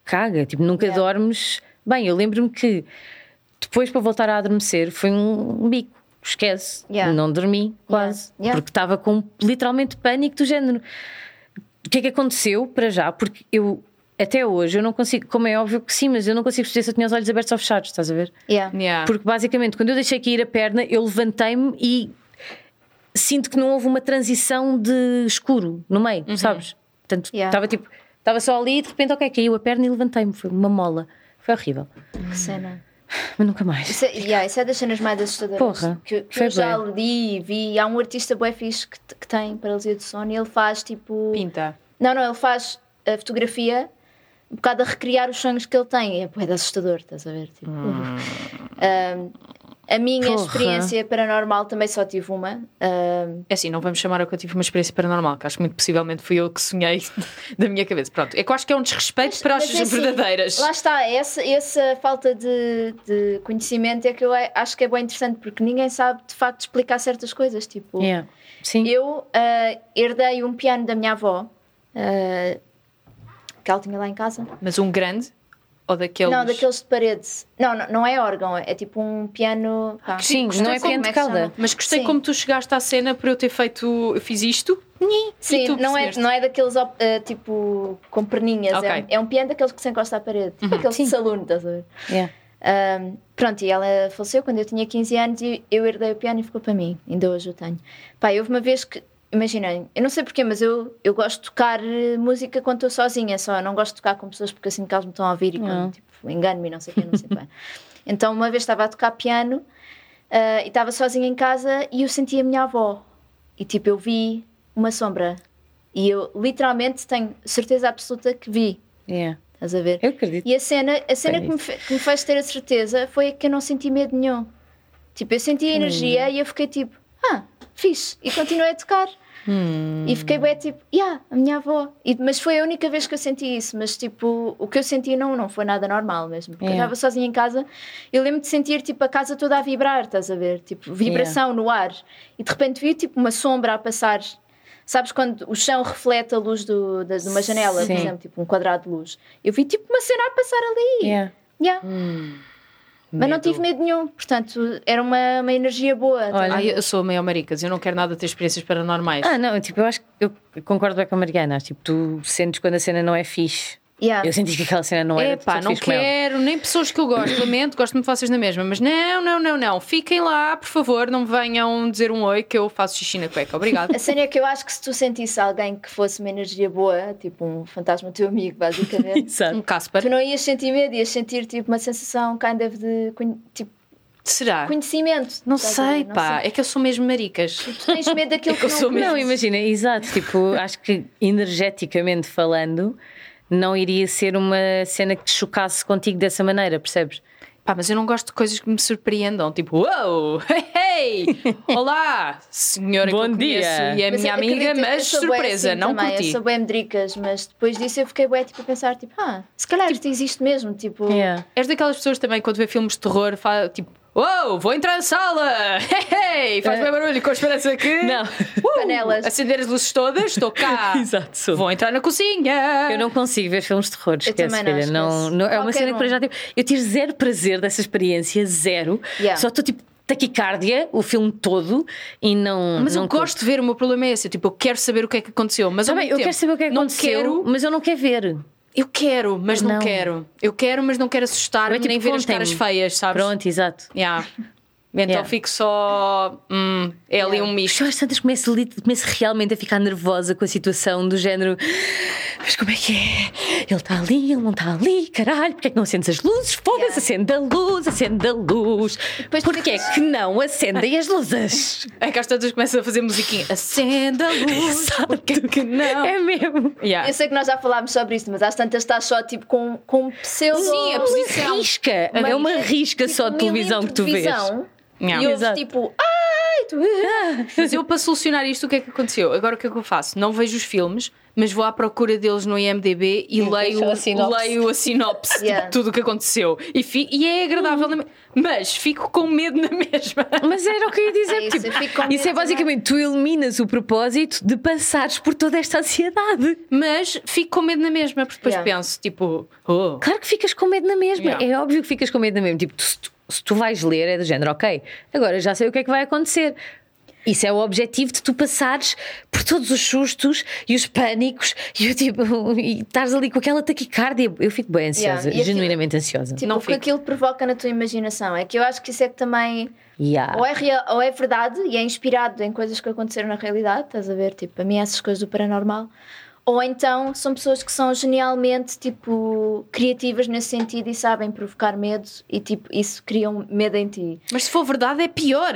caga, tipo, nunca hum, Yeah. dormes. Bem, eu lembro-me que depois para voltar a adormecer foi um bico. Esquece, Yeah. não dormi quase, Yeah. porque estava com literalmente pânico do género. O que é que aconteceu para já? Porque eu até hoje eu não consigo, como é óbvio que sim, mas eu não consigo perceber se eu tinha os olhos abertos ou fechados, estás a ver? yeah. Yeah. Porque basicamente, quando eu deixei cair a perna, eu levantei-me e sinto que não houve uma transição de escuro no meio, Uhum. sabes? Portanto, Yeah. estava tipo, estava só ali e de repente, ok, caiu a perna e levantei-me. Foi uma mola. Foi horrível. Que cena. Mas nunca mais. Isso é, yeah, isso é das cenas mais assustadoras Porra, que, que foi eu já bué. li e vi. Há um artista bué fixe que, t- que tem paralisia do sono e ele faz tipo. Pinta. Não, não, ele faz a fotografia um bocado a recriar os sonhos que ele tem. É bué de assustador, estás a ver? Tipo, um, a minha Hum. Porra. experiência paranormal também só tive uma. um, É assim, não vamos chamar a que eu tive uma experiência paranormal, que acho que muito possivelmente fui eu que sonhei <laughs> da minha cabeça. Pronto, é que eu acho que é um desrespeito para as Mas é assim, verdadeiras. Lá está, essa, essa falta de, de conhecimento é que eu a- acho que é bem interessante, porque ninguém sabe de facto explicar certas coisas. é Tipo, Yeah. Sim. eu ah, herdei um piano da minha avó, ah, que ela tinha lá em casa. Mas um grande ou daqueles. Não, daqueles de parede. Não, não, não é órgão, é tipo um piano. pá. Sim, Gostei não é como piano é de que chama? calda. Mas gostei Sim. como tu chegaste à cena por eu ter feito. Eu fiz isto. Nhi, e Sim, tu não, é, percebeste. não é daqueles op- ah, tipo com perninhas, é, Ok. um- é um piano daqueles que se encosta à parede, tipo aqueles Sim. de saluno, estás a ver? Yeah. Ahm, pronto, e ela faleceu quando eu tinha 15 anos e eu herdei o piano e ficou para mim. Ainda hoje eu tenho. Pá, houve uma vez que, imaginem, eu não sei porquê, mas eu, eu gosto de tocar eh, música quando estou sozinha só. Eu não gosto de tocar com pessoas porque assim que elas me estão a ouvir e quando, tipo, engano-me e não sei o que, não sei bem. Então uma vez estava a tocar piano ah, e estava sozinha em casa e eu senti a minha avó. E tipo, eu vi uma sombra. E eu literalmente tenho certeza absoluta que vi. Yeah. Estás a ver? Eu acredito. E a cena, a cena que, Bem me fe- que me fez ter a certeza foi que eu não senti medo nenhum. Tipo, eu senti a Hum. energia e eu fiquei tipo, ah, fixe. E continuei a tocar. Hum. E fiquei bem tipo, yeah, a minha avó. E, mas foi a única vez que eu senti isso. Mas tipo, o que eu senti não, não foi nada normal mesmo. Porque eu Yeah. estava sozinha em casa. Eu lembro de sentir tipo a casa toda a vibrar, estás a ver? Tipo, vibração no ar. E de repente vi tipo uma sombra a passar. Sabes quando o chão reflete a luz do, da- de uma janela, Sim. por exemplo, tipo um quadrado de luz. Eu vi tipo uma cena a passar ali. Yeah. Yeah. Mas não Medo. tive medo nenhum, portanto, era uma, uma energia boa. Olha, Ai, eu sou a maior maricas, eu não quero nada ter experiências paranormais. Ah, não, tipo, eu acho que eu concordo bem com a Mariana. Acho, Tipo, tu sentes quando a cena não é fixe. Yeah. Eu senti que aquela cena não Ah. era. é. Epá, portanto, não fiz com ela. quero, nem pessoas que eu gosto, lamento, gosto muito de vocês na mesma, mas não, não, não, não, fiquem lá, por favor, não me venham dizer um oi que eu faço xixi na cueca, obrigado. <laughs> A cena é que eu acho que se tu sentisse alguém que fosse uma energia boa, tipo um fantasma teu amigo, <laughs> basicamente, Um <laughs> Exato. Casper, tu não ias sentir medo, ias sentir tipo uma sensação kind of de conhe- tipo, será? conhecimento. Ah. Não estás a sei, ver? Não pá, é que eu sou mesmo maricas. sei. Tu tens medo daquilo É que que, <laughs> eu não sou mesmo- Não, conheces. imagina, <laughs> exato. Tipo, acho que energeticamente falando, não iria ser uma cena que te chocasse contigo dessa maneira, percebes? Pá, mas eu não gosto de coisas que me surpreendam, tipo, uou, hey, <laughs> hey, olá, senhora que Bom eu dia. conheço e é Mas minha amiga, acredita, eu mas sou bué surpresa, assim não também, Eu curti. sou bem medricas, mas depois disso eu fiquei bué tipo a pensar, tipo, ah, se calhar isto existe mesmo, tipo... És daquelas pessoas também, quando vê filmes de terror, fala tipo, uou, vou entrar na sala, <laughs> hey, hey, faz É. bem barulho, com a esperança que... Não. Uh, Panelas. Acender as luzes todas, estou cá. <laughs> Exato, sou. Ah. Vou entrar na cozinha. Eu não consigo ver filmes de terror, esquece, também não, filha. Não, esquece. não, é uma Qualquer cena que para um. já. Tipo, eu tive zero prazer dessa experiência, zero. Yeah. Só estou tipo taquicardia o filme todo e não. Mas não eu curto. gosto de ver, o meu problema é esse. eu, Tipo, eu quero saber o que é que aconteceu. Mas Tá ao bem, mesmo eu tempo, quero saber o que é que não aconteceu, Quero, mas eu não quero ver. eu quero, mas não, Ah, Não. quero. Eu quero, mas não quero assustar-me Eu é tipo, nem ver as caras contem-me. feias, sabes? <laughs> Pronto, exato. Yeah. Então Yeah. fico só. hum, é ali um Porque misto. eu às tantas começo, li- começo realmente a ficar nervosa com a situação do género. Mas como é que é? Ele está ali, ele não está ali, caralho, porque é que não acendes as luzes? Foda-se, acende a luz, acende a luz. depois tu Porquê é ficas- que não acendem as <laughs> luzes? É que às tantas começam a fazer musiquinha. Acenda a luz, porque que não? É mesmo. Yeah. Eu sei que nós já falámos sobre isso, mas às tantas estás só tipo com, com um pseudo. Sim, a Uma posição. risca, é uma risca tipo, só de televisão que tu vês. televisão, Yeah. E ouves Exato. tipo, ai, tu. Mas eu, para solucionar isto, o que é que aconteceu? Agora o que é que eu faço? Não vejo os filmes, mas vou à procura deles no IMDb e leio, vejo a sinopse. leio a sinopse Yeah. de tudo o que aconteceu. E, fi- e é agradável, na me- mas fico com medo na <laughs> mesma. Mas era o que eu ia dizer. É isso, tipo, eu fico com isso <laughs> é medo, basicamente, tu eliminas o propósito de passares por toda esta ansiedade. Mas fico com medo na mesma, porque depois Yeah. penso, tipo, oh, Claro que ficas com medo na mesma. Yeah. É óbvio que ficas com medo na mesma. Tipo, tu- se, tu, se tu vais ler, é do género, ok, agora já sei o que é que vai acontecer. Isso é o objetivo de tu passares por todos os sustos e os pânicos e o tipo, <laughs> e estás ali com aquela taquicardia. Eu fico bem ansiosa, Yeah, e aquilo- genuinamente ansiosa. Tipo, Não o que fico. aquilo provoca na tua imaginação. É que eu acho que isso é que também. Yeah. Ou é, real, ou é verdade e é inspirado em coisas que aconteceram na realidade, estás a ver? Tipo, a mim é essas coisas do paranormal. Ou então são pessoas que são genialmente, tipo, criativas nesse sentido e sabem provocar medo e, tipo, isso cria um medo em ti. mas se for verdade é pior.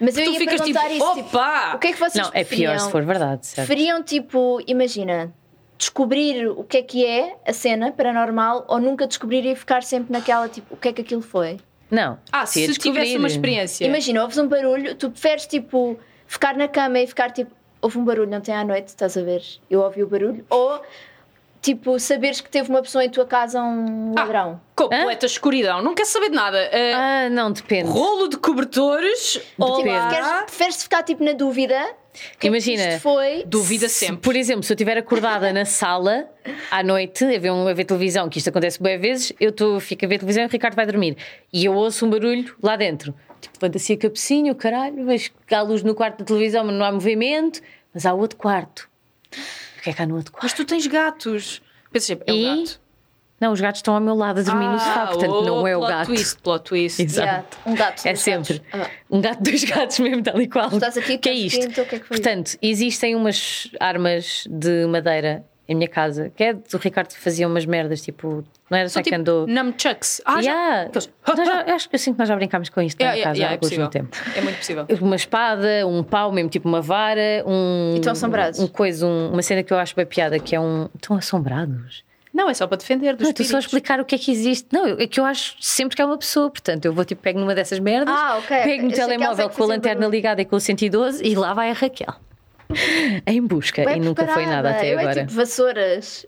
Mas eu Porque tu ia ficas tipo, perguntar isso, tipo, opa! O que é que vocês Não, é pior preferiam? se for verdade, certo? Preferiam, tipo, imagina, descobrir o que é que é a cena paranormal ou nunca descobrir e ficar sempre naquela, tipo, o que é que aquilo foi? Não. Ah, se descobrir. tivesse uma é? experiência. Imagina, ouves um barulho, tu preferes tipo ficar na cama e ficar tipo, houve um barulho ontem à noite, estás a ver? Eu ouvi o barulho. Ou tipo, saberes que teve uma pessoa em tua casa, um Ah. ladrão. Completa escuridão, não quer saber de nada. Uh, Ah, não, depende. Rolo de cobertores, Tipo, olá. queres- preferes ficar tipo na dúvida? O que é que Ah. Imagina. Isto foi. Duvida Se, sempre. Por exemplo, se eu estiver acordada na sala à noite a ver, um- a ver televisão, que isto acontece bem vezes, eu tô, fico a ver televisão e o Ricardo vai dormir. E eu ouço um barulho lá dentro. Tipo, levanta-se a cabecinha, o caralho, mas há luz no quarto da televisão, mas não há movimento, mas há outro quarto. O que é que há no outro quarto? Mas tu tens gatos. Pensas sempre, é E? o gato. Não, os gatos estão ao meu lado a dormir no sofá, portanto oh, não é o plot gato. Twist, plot twist. Exato. Yeah, um gato. É dois sempre. gatos. Ah, Um gato, <laughs> dois gatos mesmo, tal e qual. Estás aqui, que é estás aqui, isto? então o que é que foi Portanto, existem umas armas de madeira em minha casa, que é do Ricardo que fazia umas merdas, tipo, não era só São que tipo andou. nunchucks. Ah, Yeah. <laughs> Então, já. Aqueles- <laughs> Nós <laughs> já- eu acho que eu sinto que nós já brincámos com isto lá Yeah, em yeah, casa yeah, há é algum possível. tempo. É muito possível. Uma espada, um pau, mesmo tipo uma vara, um. E estão assombrados? Um coisa, um- uma cena que eu acho bem piada, que é um. Estão assombrados? Não, é só para defender dos Não, estou só a espíritos. explicar o que é que existe. Não, eu- é que eu acho sempre que há uma pessoa, portanto, eu vou tipo, pego numa dessas merdas, Ah, ok. pego no Achei que elas é que telemóvel com a faziam lanterna barulho. ligada e com o 112 e lá vai a <laughs> Raquel. em busca, bem e nunca foi preparada. nada até eu agora. É tipo vassouras.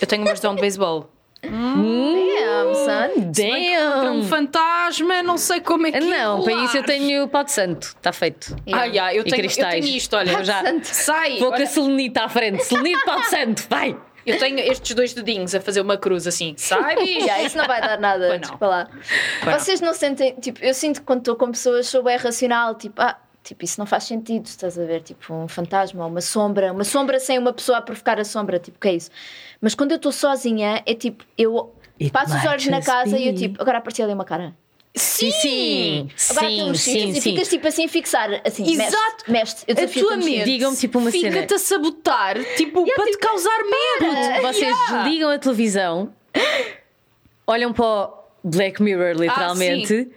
Eu tenho uma versão de beisebol. Hum. Damn, son. É Damn! um fantasma, não sei como é que Não, é para isso eu rolar. tenho o pau de santo, está feito. Ah, yeah, eu, E tenho, eu cristais. tenho isto, olha. Eu já- Sai! Vou com a olha, selenita à frente, selenita pau de santo, vai! eu tenho estes dois dedinhos a fazer uma cruz assim. <laughs> Sai, bicho! Yeah, isso não vai dar nada, Pois não. desculpa lá. não. Vocês não sentem, tipo, eu sinto que quando estou com pessoas sou bem racional, tipo, ah, tipo, isso não faz sentido, estás a ver, tipo, um fantasma ou uma sombra, uma sombra sem uma pessoa a provocar a sombra, tipo, que é isso. Mas quando eu estou sozinha, é tipo, eu It passo os might olhos na just casa e eu be. tipo, agora apareceu ali uma cara. Sim! Sim, Agora tem sim, uns sim, sítios e sim. ficas tipo assim a fixar, assim, Exato. mestre, mestre, eu A desafio tua mente Digam-me, tipo, uma cena. fica-te a sabotar tipo, para te causar medo. Vocês Yeah. desligam a televisão, olham para o Black Mirror, literalmente.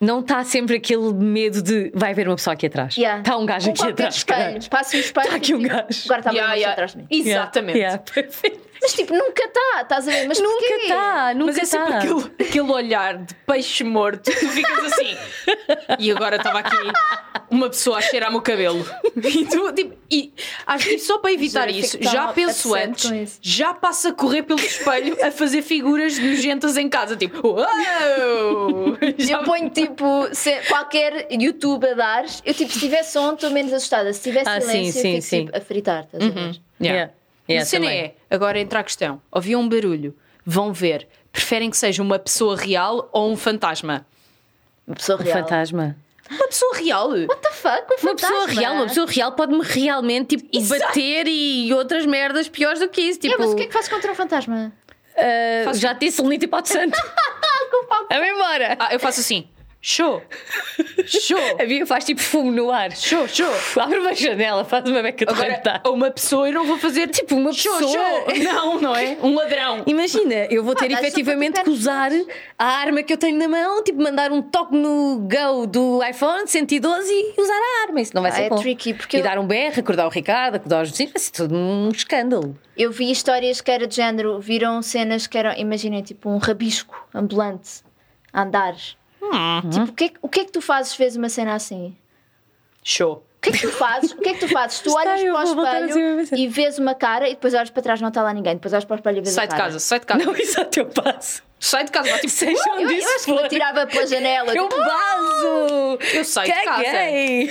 não está sempre aquele medo de vai haver uma pessoa aqui atrás. Está um gajo aqui atrás. caralho. espelho, passo um espelho. Tá aqui um e, tipo, gajo. Agora está ali Yeah, uma pessoa yeah. atrás de mim. Exatamente. Yeah, yeah, perfeito. Mas tipo, nunca está, estás a ver? Mas Nunca tá. porquê? está, Mas nunca é sempre está. aquele, aquele olhar de peixe morto, tu ficas assim. <laughs> e agora estava aqui uma pessoa a cheirar-me o cabelo. <laughs> E tu, tipo, e, acho que só para evitar Juro, eu isso, fico tão já penso upset tá com antes, isso. já passo a correr pelo espelho a fazer figuras nojentas em casa, tipo, uau! Já- <laughs> Eu ponho tipo se- qualquer YouTube a dar. Eu tipo, se tiver som, estou menos assustada. Se tiver Ah, silêncio, sim, sim, eu fico, sim. Uhum. tipo, a fritar. Estás a ver? Yeah. Yeah. Mas Yeah, a cena também. é, agora entra a questão. Ouviam um barulho, vão ver, preferem que seja uma pessoa real ou um fantasma? Uma pessoa Um real. fantasma. Uma pessoa real! What the fuck? Um fantasma. Uma pessoa real, uma pessoa real pode-me realmente tipo, Exato. bater e outras merdas piores do que isso. Tipo, É, mas o que é que fazes contra um fantasma? ah, tipo- já <laughs> disse Lenita e Pau de Santo. Ah, com o pau. Vamos embora. Ah, eu faço assim. Show! Show! A Bia faz tipo fumo no ar. Show, show! Abre uma janela, faz uma beca de Agora, reptar. a uma pessoa eu não vou fazer Tipo, uma show, pessoa. show! Não, não é? Um ladrão! <laughs> Imagina, eu vou ter dá só efetivamente para que tocar usar a arma que eu tenho na mão, tipo mandar um toque no go do iPhone 112 e usar a arma. Isso não vai Ah, ser é bom. tricky, porque e eu- dar um berro, acordar o Ricardo, acordar os vizinhos, vai ser todo um escândalo. Eu vi histórias que era de género, viram cenas que eram, imaginem, tipo um rabisco ambulante a andar. Hum? Tipo, o que, é, que- o que é que tu fazes se vês uma cena assim? Show! O que é que tu fazes? O que é que tu fazes? Tu <laughs> Está, olhas eu para vou voltar a o dizer a mesma espelho cena. e vês uma cara e depois olhas para trás não está lá ninguém. Depois olhas para o espelho e vês Sai a de cara. casa, sai de casa! Não, <laughs> isso é o teu passo. Sai de casa, vai, tipo, Seja Eu, onde eu isso acho que eu for. atirava pela janela. Eu tipo, vaso! "Hum, Eu saio é de casa. Caguei.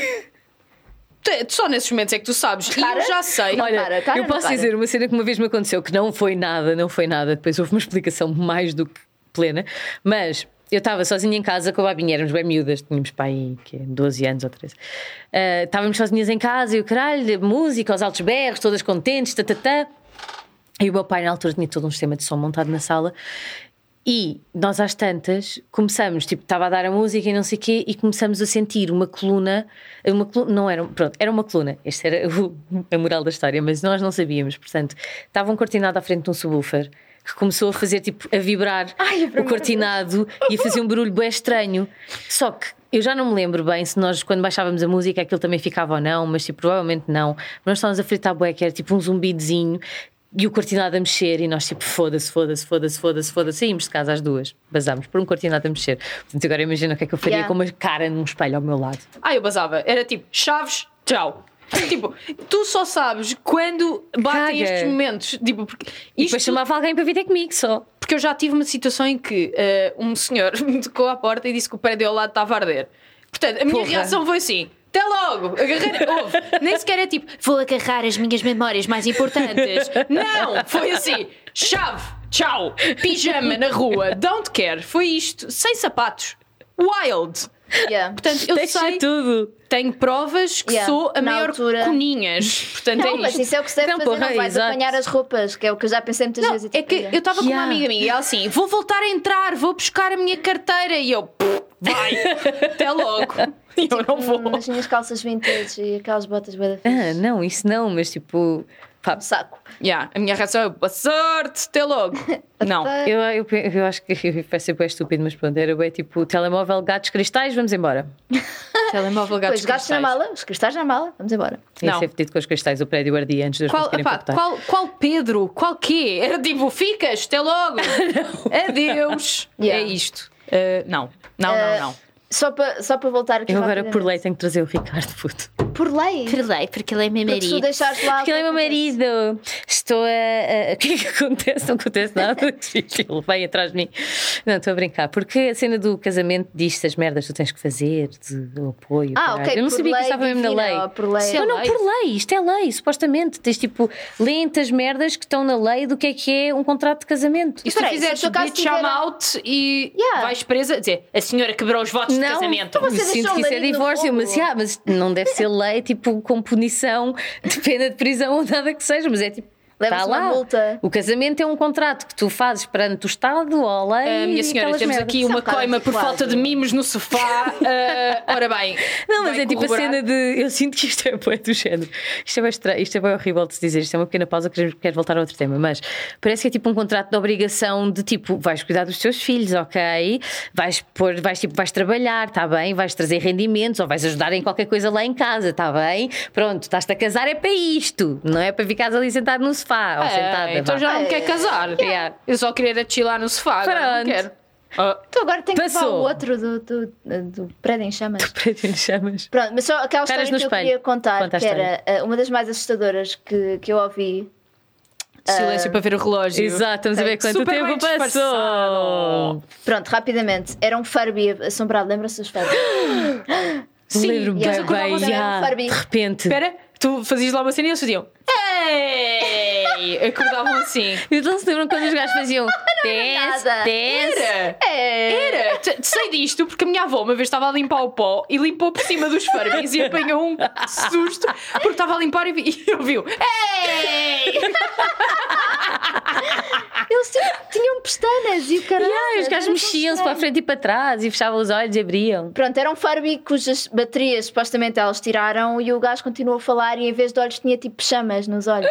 tu- só nesses momentos é que tu sabes. E Cara? eu já sei. Não, Olha, cara, cara eu não posso cara. dizer uma cena que uma vez me aconteceu que não foi nada, não foi nada. Depois houve uma explicação mais do que plena, mas eu estava sozinha em casa com a Babinha, éramos bem miúdas, tínhamos pai aí que 12 anos ou 13. Ah, Estávamos sozinhas em casa e o caralho, música, aos altos berros, todas contentes, tatatá. E o meu pai, na altura, tinha todo um sistema de som montado na sala. E nós, às tantas, começamos, tipo, estava a dar a música e não sei o quê, e começamos a sentir uma coluna. Uma coluna não era, pronto, era uma coluna. Este era o, a moral da história, mas nós não sabíamos. Portanto, estava um cortinado à frente de um subwoofer que começou a fazer, tipo, a vibrar o Ai, por amor de cortinado e a fazer um barulho bem estranho. Só que eu já não me lembro bem se nós, quando baixávamos a música, aquilo também ficava ou não, mas tipo, provavelmente não. Nós estávamos a fritar bué, que era tipo um zumbidezinho e o cortinado a mexer, e nós tipo, foda-se, foda-se, foda-se, foda-se, foda-se. Saímos de casa às duas, basámos por um cortinado a mexer. Portanto, agora imagina o que é que eu faria Yeah. com uma cara num espelho ao meu lado. Ah, eu basava. Era tipo, chaves, tchau. tipo, tu só sabes quando batem Caga. estes momentos. Tipo, porque, E isto, depois chamava alguém para vir ter comigo só. porque eu já tive uma situação em que eh, um senhor <laughs> me tocou à porta e disse que o prédio ao lado estava a arder. Portanto, a minha Porra. reação foi assim. Até logo! Agarrei, <laughs> ouve. Nem sequer é tipo, vou agarrar as minhas memórias mais importantes. Não! Foi assim, chave, tchau, pijama na rua, don't care. Foi isto, sem sapatos. Wild! <laughs> yeah. Portanto, eu Deixa sei tudo. tenho provas que Yeah, sou a na maior altura. coninhas. Portanto, Não, é mas isto. isso é o que se deve Não, fazer, porra, não vais exato. apanhar as roupas, que é o que eu já pensei muitas Não, vezes. e é tipo, que yeah. eu estava com uma Yeah. amiga minha e ela assim: vou voltar a entrar, vou buscar a minha carteira. E eu, "Pff, vai, <laughs> até logo. E eu não Hum, vou. As minhas calças vintage e aquelas botas bué da Ah, fixe. não, isso não, mas tipo. Pá, Um saco. Yeah, a minha reação é: boa sorte, até logo. Não. Até- Eu, eu, eu acho que <laughs> vai ser bem estúpido, mas pronto, era bem tipo telemóvel, gatos, cristais, vamos embora. Telemóvel gatos. Pois, gatos na cristais. mala, os cristais na mala, vamos embora. Ia Não. ser fedido com os cristais, o prédio ardia antes de eles Qual, conseguirem epá, captar. qual, qual Pedro? Qual quê? Era tipo, ficas, até logo. Adeus. Yeah. É isto. Uh, não, não, não, Eh, não. Só para só para voltar aqui Eu agora por rapidamente. lei tenho que trazer é o Ricardo, puto. Por lei. lei, porque ele é meu Porque se tu deixares lá. Porque ele é meu marido. Estou a. <laughs> a- O que é que acontece? Não acontece <laughs> nada. Ele vem atrás de mim. Não, estou a brincar. Porque a cena do casamento diz-te as merdas que tu tens que fazer, de o apoio. Ah, caralho. ok. Eu não por sabia que lei isso estava mesmo na divina, lei. ou Por lei. Se Não, é não, lei. por lei, isto é lei, supostamente. Tens tipo, lente as merdas que estão na lei do que é que é um contrato de casamento. E se tu Peraí, se fizeres por acaso bitch tiver- chama out e Yeah. vais presa, dizer a senhora quebrou os votos de casamento. Então você sinto deixou que o isso é marido no divórcio, fogo. mas, yeah, mas não deve ser lei, tipo, com punição de pena de prisão ou nada que seja, mas é tipo. Levas tá uma lá. multa. O casamento é um contrato que tu fazes perante o Estado ou a lei. Ah, e minha senhora, aquelas temos merdas. aqui é um uma bocado coima por antiquado. falta de mimos no sofá. Ah, ora bem. Não, mas vai é tipo corroborar. a cena de. Eu sinto que isto é bué do género. Isto é bem estranho, isto é bem horrível de se dizer. Isto é uma pequena pausa, quero, quero voltar a outro tema. Mas parece que é tipo um contrato de obrigação de tipo, vais cuidar dos teus filhos, ok? Vais pôr, vais tipo, vais trabalhar, está bem? Vais trazer rendimentos ou vais ajudar em qualquer coisa lá em casa, está bem? Pronto, estás-te a casar é para isto, não é para ficares ali sentado no sofá ou Ah, sentada. então vá. já não Ah, me quer é. casar. Yeah. Eu só queria era chilar no sofá. Agora não Pronto. quero. Ah, Tu agora tens que levar Passou. o outro do, do, do prédio em chamas. Prédio de chamas. Pronto, mas só aquela Caras história que no eu espelho. queria contar, Conta a que era eh, uma das mais assustadoras que, que eu ouvi. Silêncio para ver o relógio. É Exato, estamos a ver Super quanto bem tempo disfarçado. passou. Pronto, rapidamente. Era um Furby assombrado, lembra-se <gasps> dos Furby? Sim, mas Lembro-me bem, eu acordava bem, de ver um já, Barbie. de repente. Espera, tu fazias lá uma cena e eles faziam. <laughs> Ei! Acordavam assim. Então se lembram quando os gajos faziam dance, nada. dance. Era! É. Tá Era! T- Sei disto porque a minha avó uma vez estava a limpar o pó e limpou por cima dos Furbies e apanhou um susto porque estava a limpar e, vi, e ouviu. Ei! Eles tinham, tinham pestanas e o caralho. Ah, os gajos mexiam-se para a frente e para trás e fechavam os olhos e abriam. Pronto, era um Furby cujas baterias supostamente elas tiraram e o gajo continuou a falar e em vez de olhos tinha tipo chamas <gasps> nos olhos.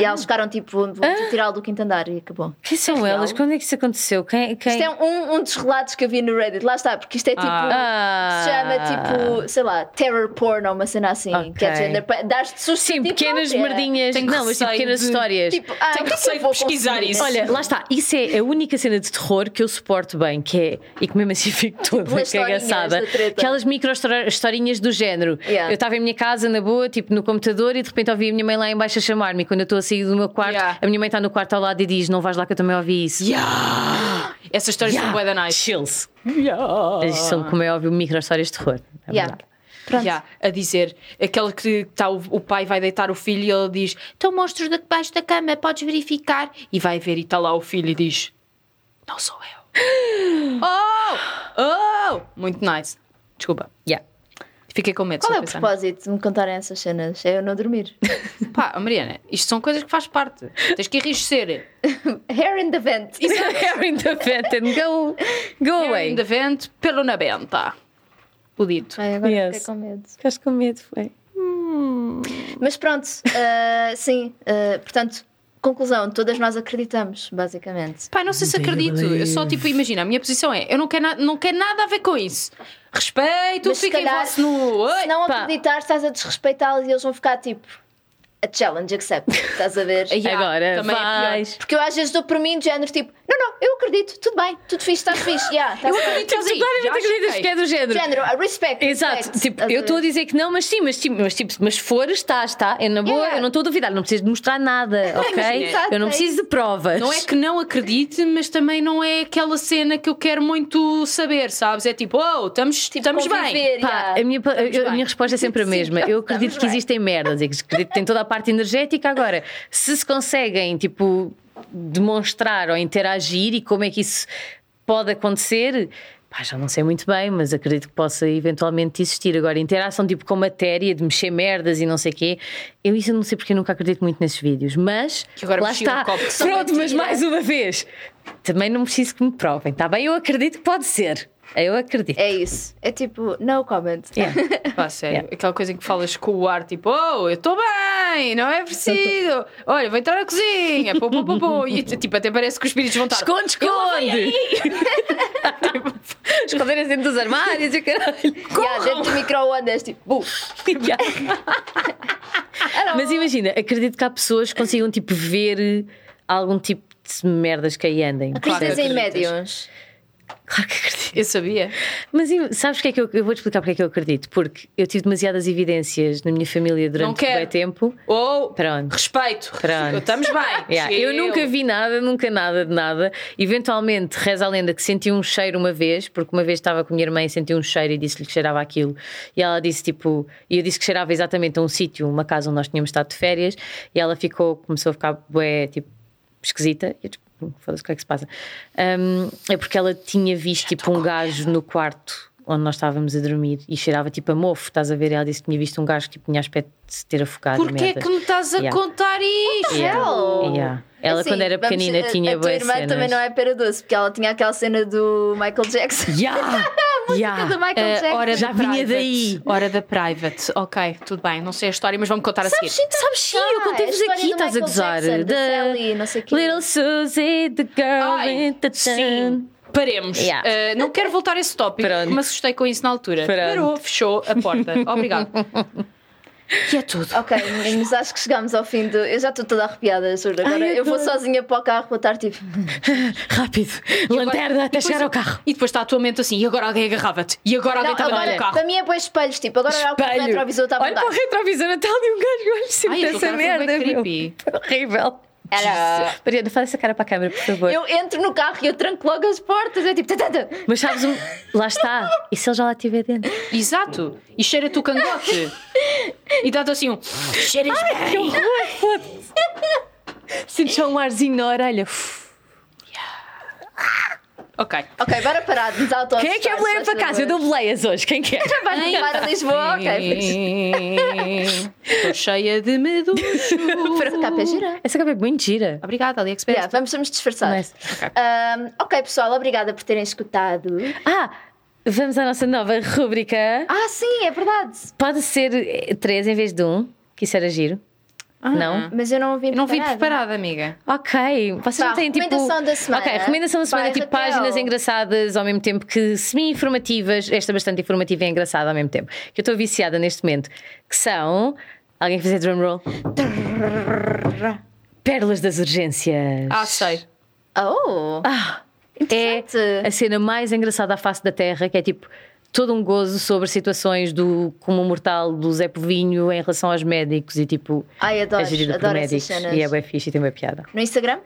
E elas ficaram tipo, vou tirá-lo do quinto andar e acabou. Que São elas? Quando é que isso aconteceu? Quem, quem... Isto é um, um dos relatos que eu vi no Reddit, lá está, porque isto é tipo. Ah. Se chama tipo, sei lá, terror porn ou uma cena assim. Ok. Que é de género, pa- dás-te susto. Sim, tipo, pequenas qualquer. merdinhas. Tenho não, mas receio tipo, pequenas de- histórias. Tipo, Tenho ah, o que é que receio eu vou de pesquisar consumir? isso. Olha, lá está. Isso é a única cena de terror que eu suporto bem, que é. E que mesmo assim <laughs> fico toda Pelas Tipo, historinhas cagaçada. da treta. Aquelas micro histori- historinhas do género. Yeah. Eu estava em minha casa, na boa, tipo no computador, e de repente ouvi a minha mãe lá embaixo a chamar-me. E Quando eu estou a sair do meu quarto, Yeah. a minha mãe está no quarto ao lado e diz: Não vais lá que eu também ouvi isso. Yeah. Essas histórias são bué da nice. Chills. Yeah. Mas São, como é óbvio, micro histórias de terror. É Yeah. verdade. Pronto. Yeah, a dizer, aquele que tá, o, o pai vai deitar o filho e ele diz: Estão monstros debaixo da cama, podes verificar. E vai ver, e está lá o filho e diz: Não sou eu. <gasps> oh! Oh! Muito nice. Desculpa, Yeah. fiquei com medo. Qual só é o pensando. propósito de me contarem essas cenas? É eu não dormir. <laughs> Pá, oh, Mariana, isto são coisas que faz parte. Tens que <laughs> enriquecer. Hair in the vent. é <laughs> Harry the Vet and go, go away. É Ainda vento, pelo na benta. O dito. Ai, agora Yes. fiquei com medo. Ficaste com medo, foi. Mas pronto, ah, sim, ah, portanto, conclusão, todas nós acreditamos, basicamente. Pá, não sei se acredito. Eu só, tipo, imagina, a minha posição é: eu não quero, na- não quero nada a ver com isso. Respeito, Mas se fiquem calhar- vosso no. Oi, Se não pá. acreditar, estás a desrespeitá-los e eles vão ficar tipo a challenge accept, estás a ver? Yeah, Agora também é pior. vais. Porque eu às vezes dou por mim de género tipo, não, não, eu acredito, tudo bem, tudo fixe, estás fixe, yeah, estás eu acredito, Tipo, tu claramente Já acreditas cheguei. que é do género. Género, ah, respect. Exato, respect, tipo, estás eu ver? estou a dizer que não, mas sim, mas tipo, mas, tipo, mas for, está, está, é na boa, Yeah. eu não estou a duvidar, não preciso de mostrar nada, <laughs> ok? Exato, eu não é preciso de provas. Não é que não acredite, mas também não é aquela cena que eu quero muito saber, sabes? É tipo, oh, estamos, estamos bem. conviver, Pá, yeah. a minha, pa- eu- a minha resposta é sempre a mesma. Eu acredito que bem. existem merdas e que acredito que tem toda a parte energética. Agora, se se conseguem, tipo, demonstrar ou interagir e como é que isso pode acontecer, pá, já não sei muito bem, mas acredito que possa eventualmente existir. Agora, interação tipo com matéria, de mexer merdas e não sei o quê, eu isso eu não sei porque eu nunca acredito muito nesses vídeos, mas Que agora lá mexi um está. copo que são Pronto, mas mentiras. mais uma vez, também não preciso que me provem, está bem? Eu acredito que pode ser. Eu acredito. É isso. É tipo, no comment. Yeah. Pá, sério, aquela coisa em que falas com o ar, tipo, oh, eu estou bem, não é preciso. Olha, vou entrar na cozinha, pum, pum, pum, pum. E tipo, até parece que os espíritos vão estar. Esconde, esconde! <laughs> Esconderem dentro dos armários e o caralho. Yeah, dentro do micro-ondas, tipo, <laughs> bu. Mas imagina, acredito que há pessoas que consigam tipo ver algum tipo de merdas que aí andem. Claro que Acreditas em acreditas. médiums? Claro que acredito. Eu sabia. Mas e- sabes o que é que eu, eu vou te explicar porque é que eu acredito? Porque eu tive demasiadas evidências na minha família Não durante quero. bem tempo. Ou, Pronto. respeito, Pronto. estamos bem. <laughs> Yeah, Eu nunca vi nada, nunca nada de nada. Eventualmente, reza a lenda que senti um cheiro uma vez, porque uma vez estava com a minha irmã e senti um cheiro e disse-lhe que cheirava aquilo. E ela disse tipo, e eu disse que cheirava exatamente a um sítio, uma casa onde nós tínhamos estado de férias, e ela ficou, começou a ficar bué, tipo, esquisita. E eu tipo, "Hum, foda-se, o que é que se passa? Hum, é porque ela tinha visto tipo um gajo no quarto. Onde nós estávamos a dormir e cheirava tipo a mofo, estás a ver? Ela disse que tinha visto um gajo que tipo, tinha aspecto de se ter afogado. e Porquê é merdas. que me estás a Yeah. contar isto? Yeah. Hell! Yeah. Ela, Assim, quando era vamos- pequenina, a- tinha A tua boas irmã cenas. <laughs> também não é pera doce, porque ela tinha aquela cena do Michael Jackson. <laughs> Yeah! yeah. do Michael Eh, Jackson. hora Então Já da vinha private. daí. Hora da private. Ok, tudo bem. Não sei a história, mas vão-me contar a seguir. Sabes sim, Ah, eu contei-vos a história aqui, do estás a Michael gozar. Jackson, da Da Sally, não sei quê. Little Susie, the girl Ai, with the tan. sim, paremos. tá, Yeah. Eh, não quero voltar a esse tópico, Pronto. porque me assustei com isso na altura. Pronto. Parou, fechou a <laughs> porta. Obrigado. e é tudo. Ok, meninos, acho que chegámos ao fim do. Eu já estou toda arrepiada, juro. Agora Ai, eu eu vou tô- sozinha para o carro vou estar tipo. Rápido, lanterna até E depois- chegar ao carro. E depois está a tua mente assim, e agora alguém agarrava-te. E agora Não, alguém estava no agora, teu carro. para mim é para espelhos, tipo, agora olhar o que o Espelho. retrovisor está a Olha mudar. para o retrovisor, até ali um gajo, eu acho Ai, sempre aquele essa cara foi bem merda. meu. creepy. Horrível. Era- Mariana, fala essa cara para a câmera, por favor. Eu entro no carro e eu tranco logo as portas, é tipo. tatata. Mas sabes, um... lá está. E se ele já lá estiver dentro? Exato. E cheira-te o <laughs> cangote. e dá-te assim um. Cheiras bem. Sentes só um arzinho na orelha. Ok. Ok, bora parar tá, de nos auto Quem é que é boleia para casa? Eu dou boleias hoje. Quem é <laughs> quer? Vai para assim. Lisboa, ok. fixe. Estou cheia <laughs> de medo. Essa capa é gira. Essa capa é muito gira. Obrigada, AliExpress. Yeah, vamos, vamos disfarçar. Nice. Ok. Ahm, ok, pessoal, obrigada por terem escutado. Ah, vamos à nossa nova rúbrica. Ah, sim, é verdade. Pode ser eh, três em vez de um, que isso era giro. Não? Mas eu Ah, não vim Eu não vim preparada, amiga. Ok, vocês Vá, não têm tipo. Tá, recomendação da semana. Ok, recomendação da semana, Vai, tipo Raquel. páginas engraçadas ao mesmo tempo que semi-informativas. Esta é bastante informativa e engraçada ao mesmo tempo. Que eu estou viciada neste momento. Que são. Alguém fazer drumroll? Pérolas das urgências. Ah, sei. Oh, Ah, é interessante. a cena mais engraçada à face da Terra, que é tipo todo um gozo sobre situações do como mortal do Zé Povinho em relação aos médicos e tipo Ai, adoro, é gerido por adoro essas médicos cenas. e é bem fixe e tem bem piada. No Instagram?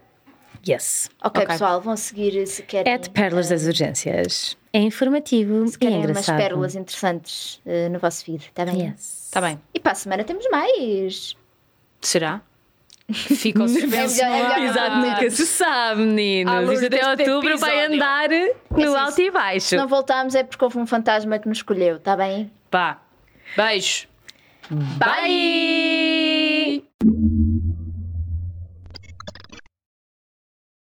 Yes. Ok, Ok. pessoal, vão seguir se querem. É de Pérolas das Urgências. É informativo se e é querem umas engraçado. pérolas interessantes eh, no vosso feed, está bem? Yes. Está Tá bem. E para a semana temos mais. Será? Fica o suspense. <laughs> É melhor- é no ar. melhor Exato, nunca se sabe, À meninos. luz Isto até deste outubro vai episódio. andar isso. no alto e baixo. Se não voltarmos é porque houve um fantasma que nos escolheu, está bem? Pá. Beijo. Bye.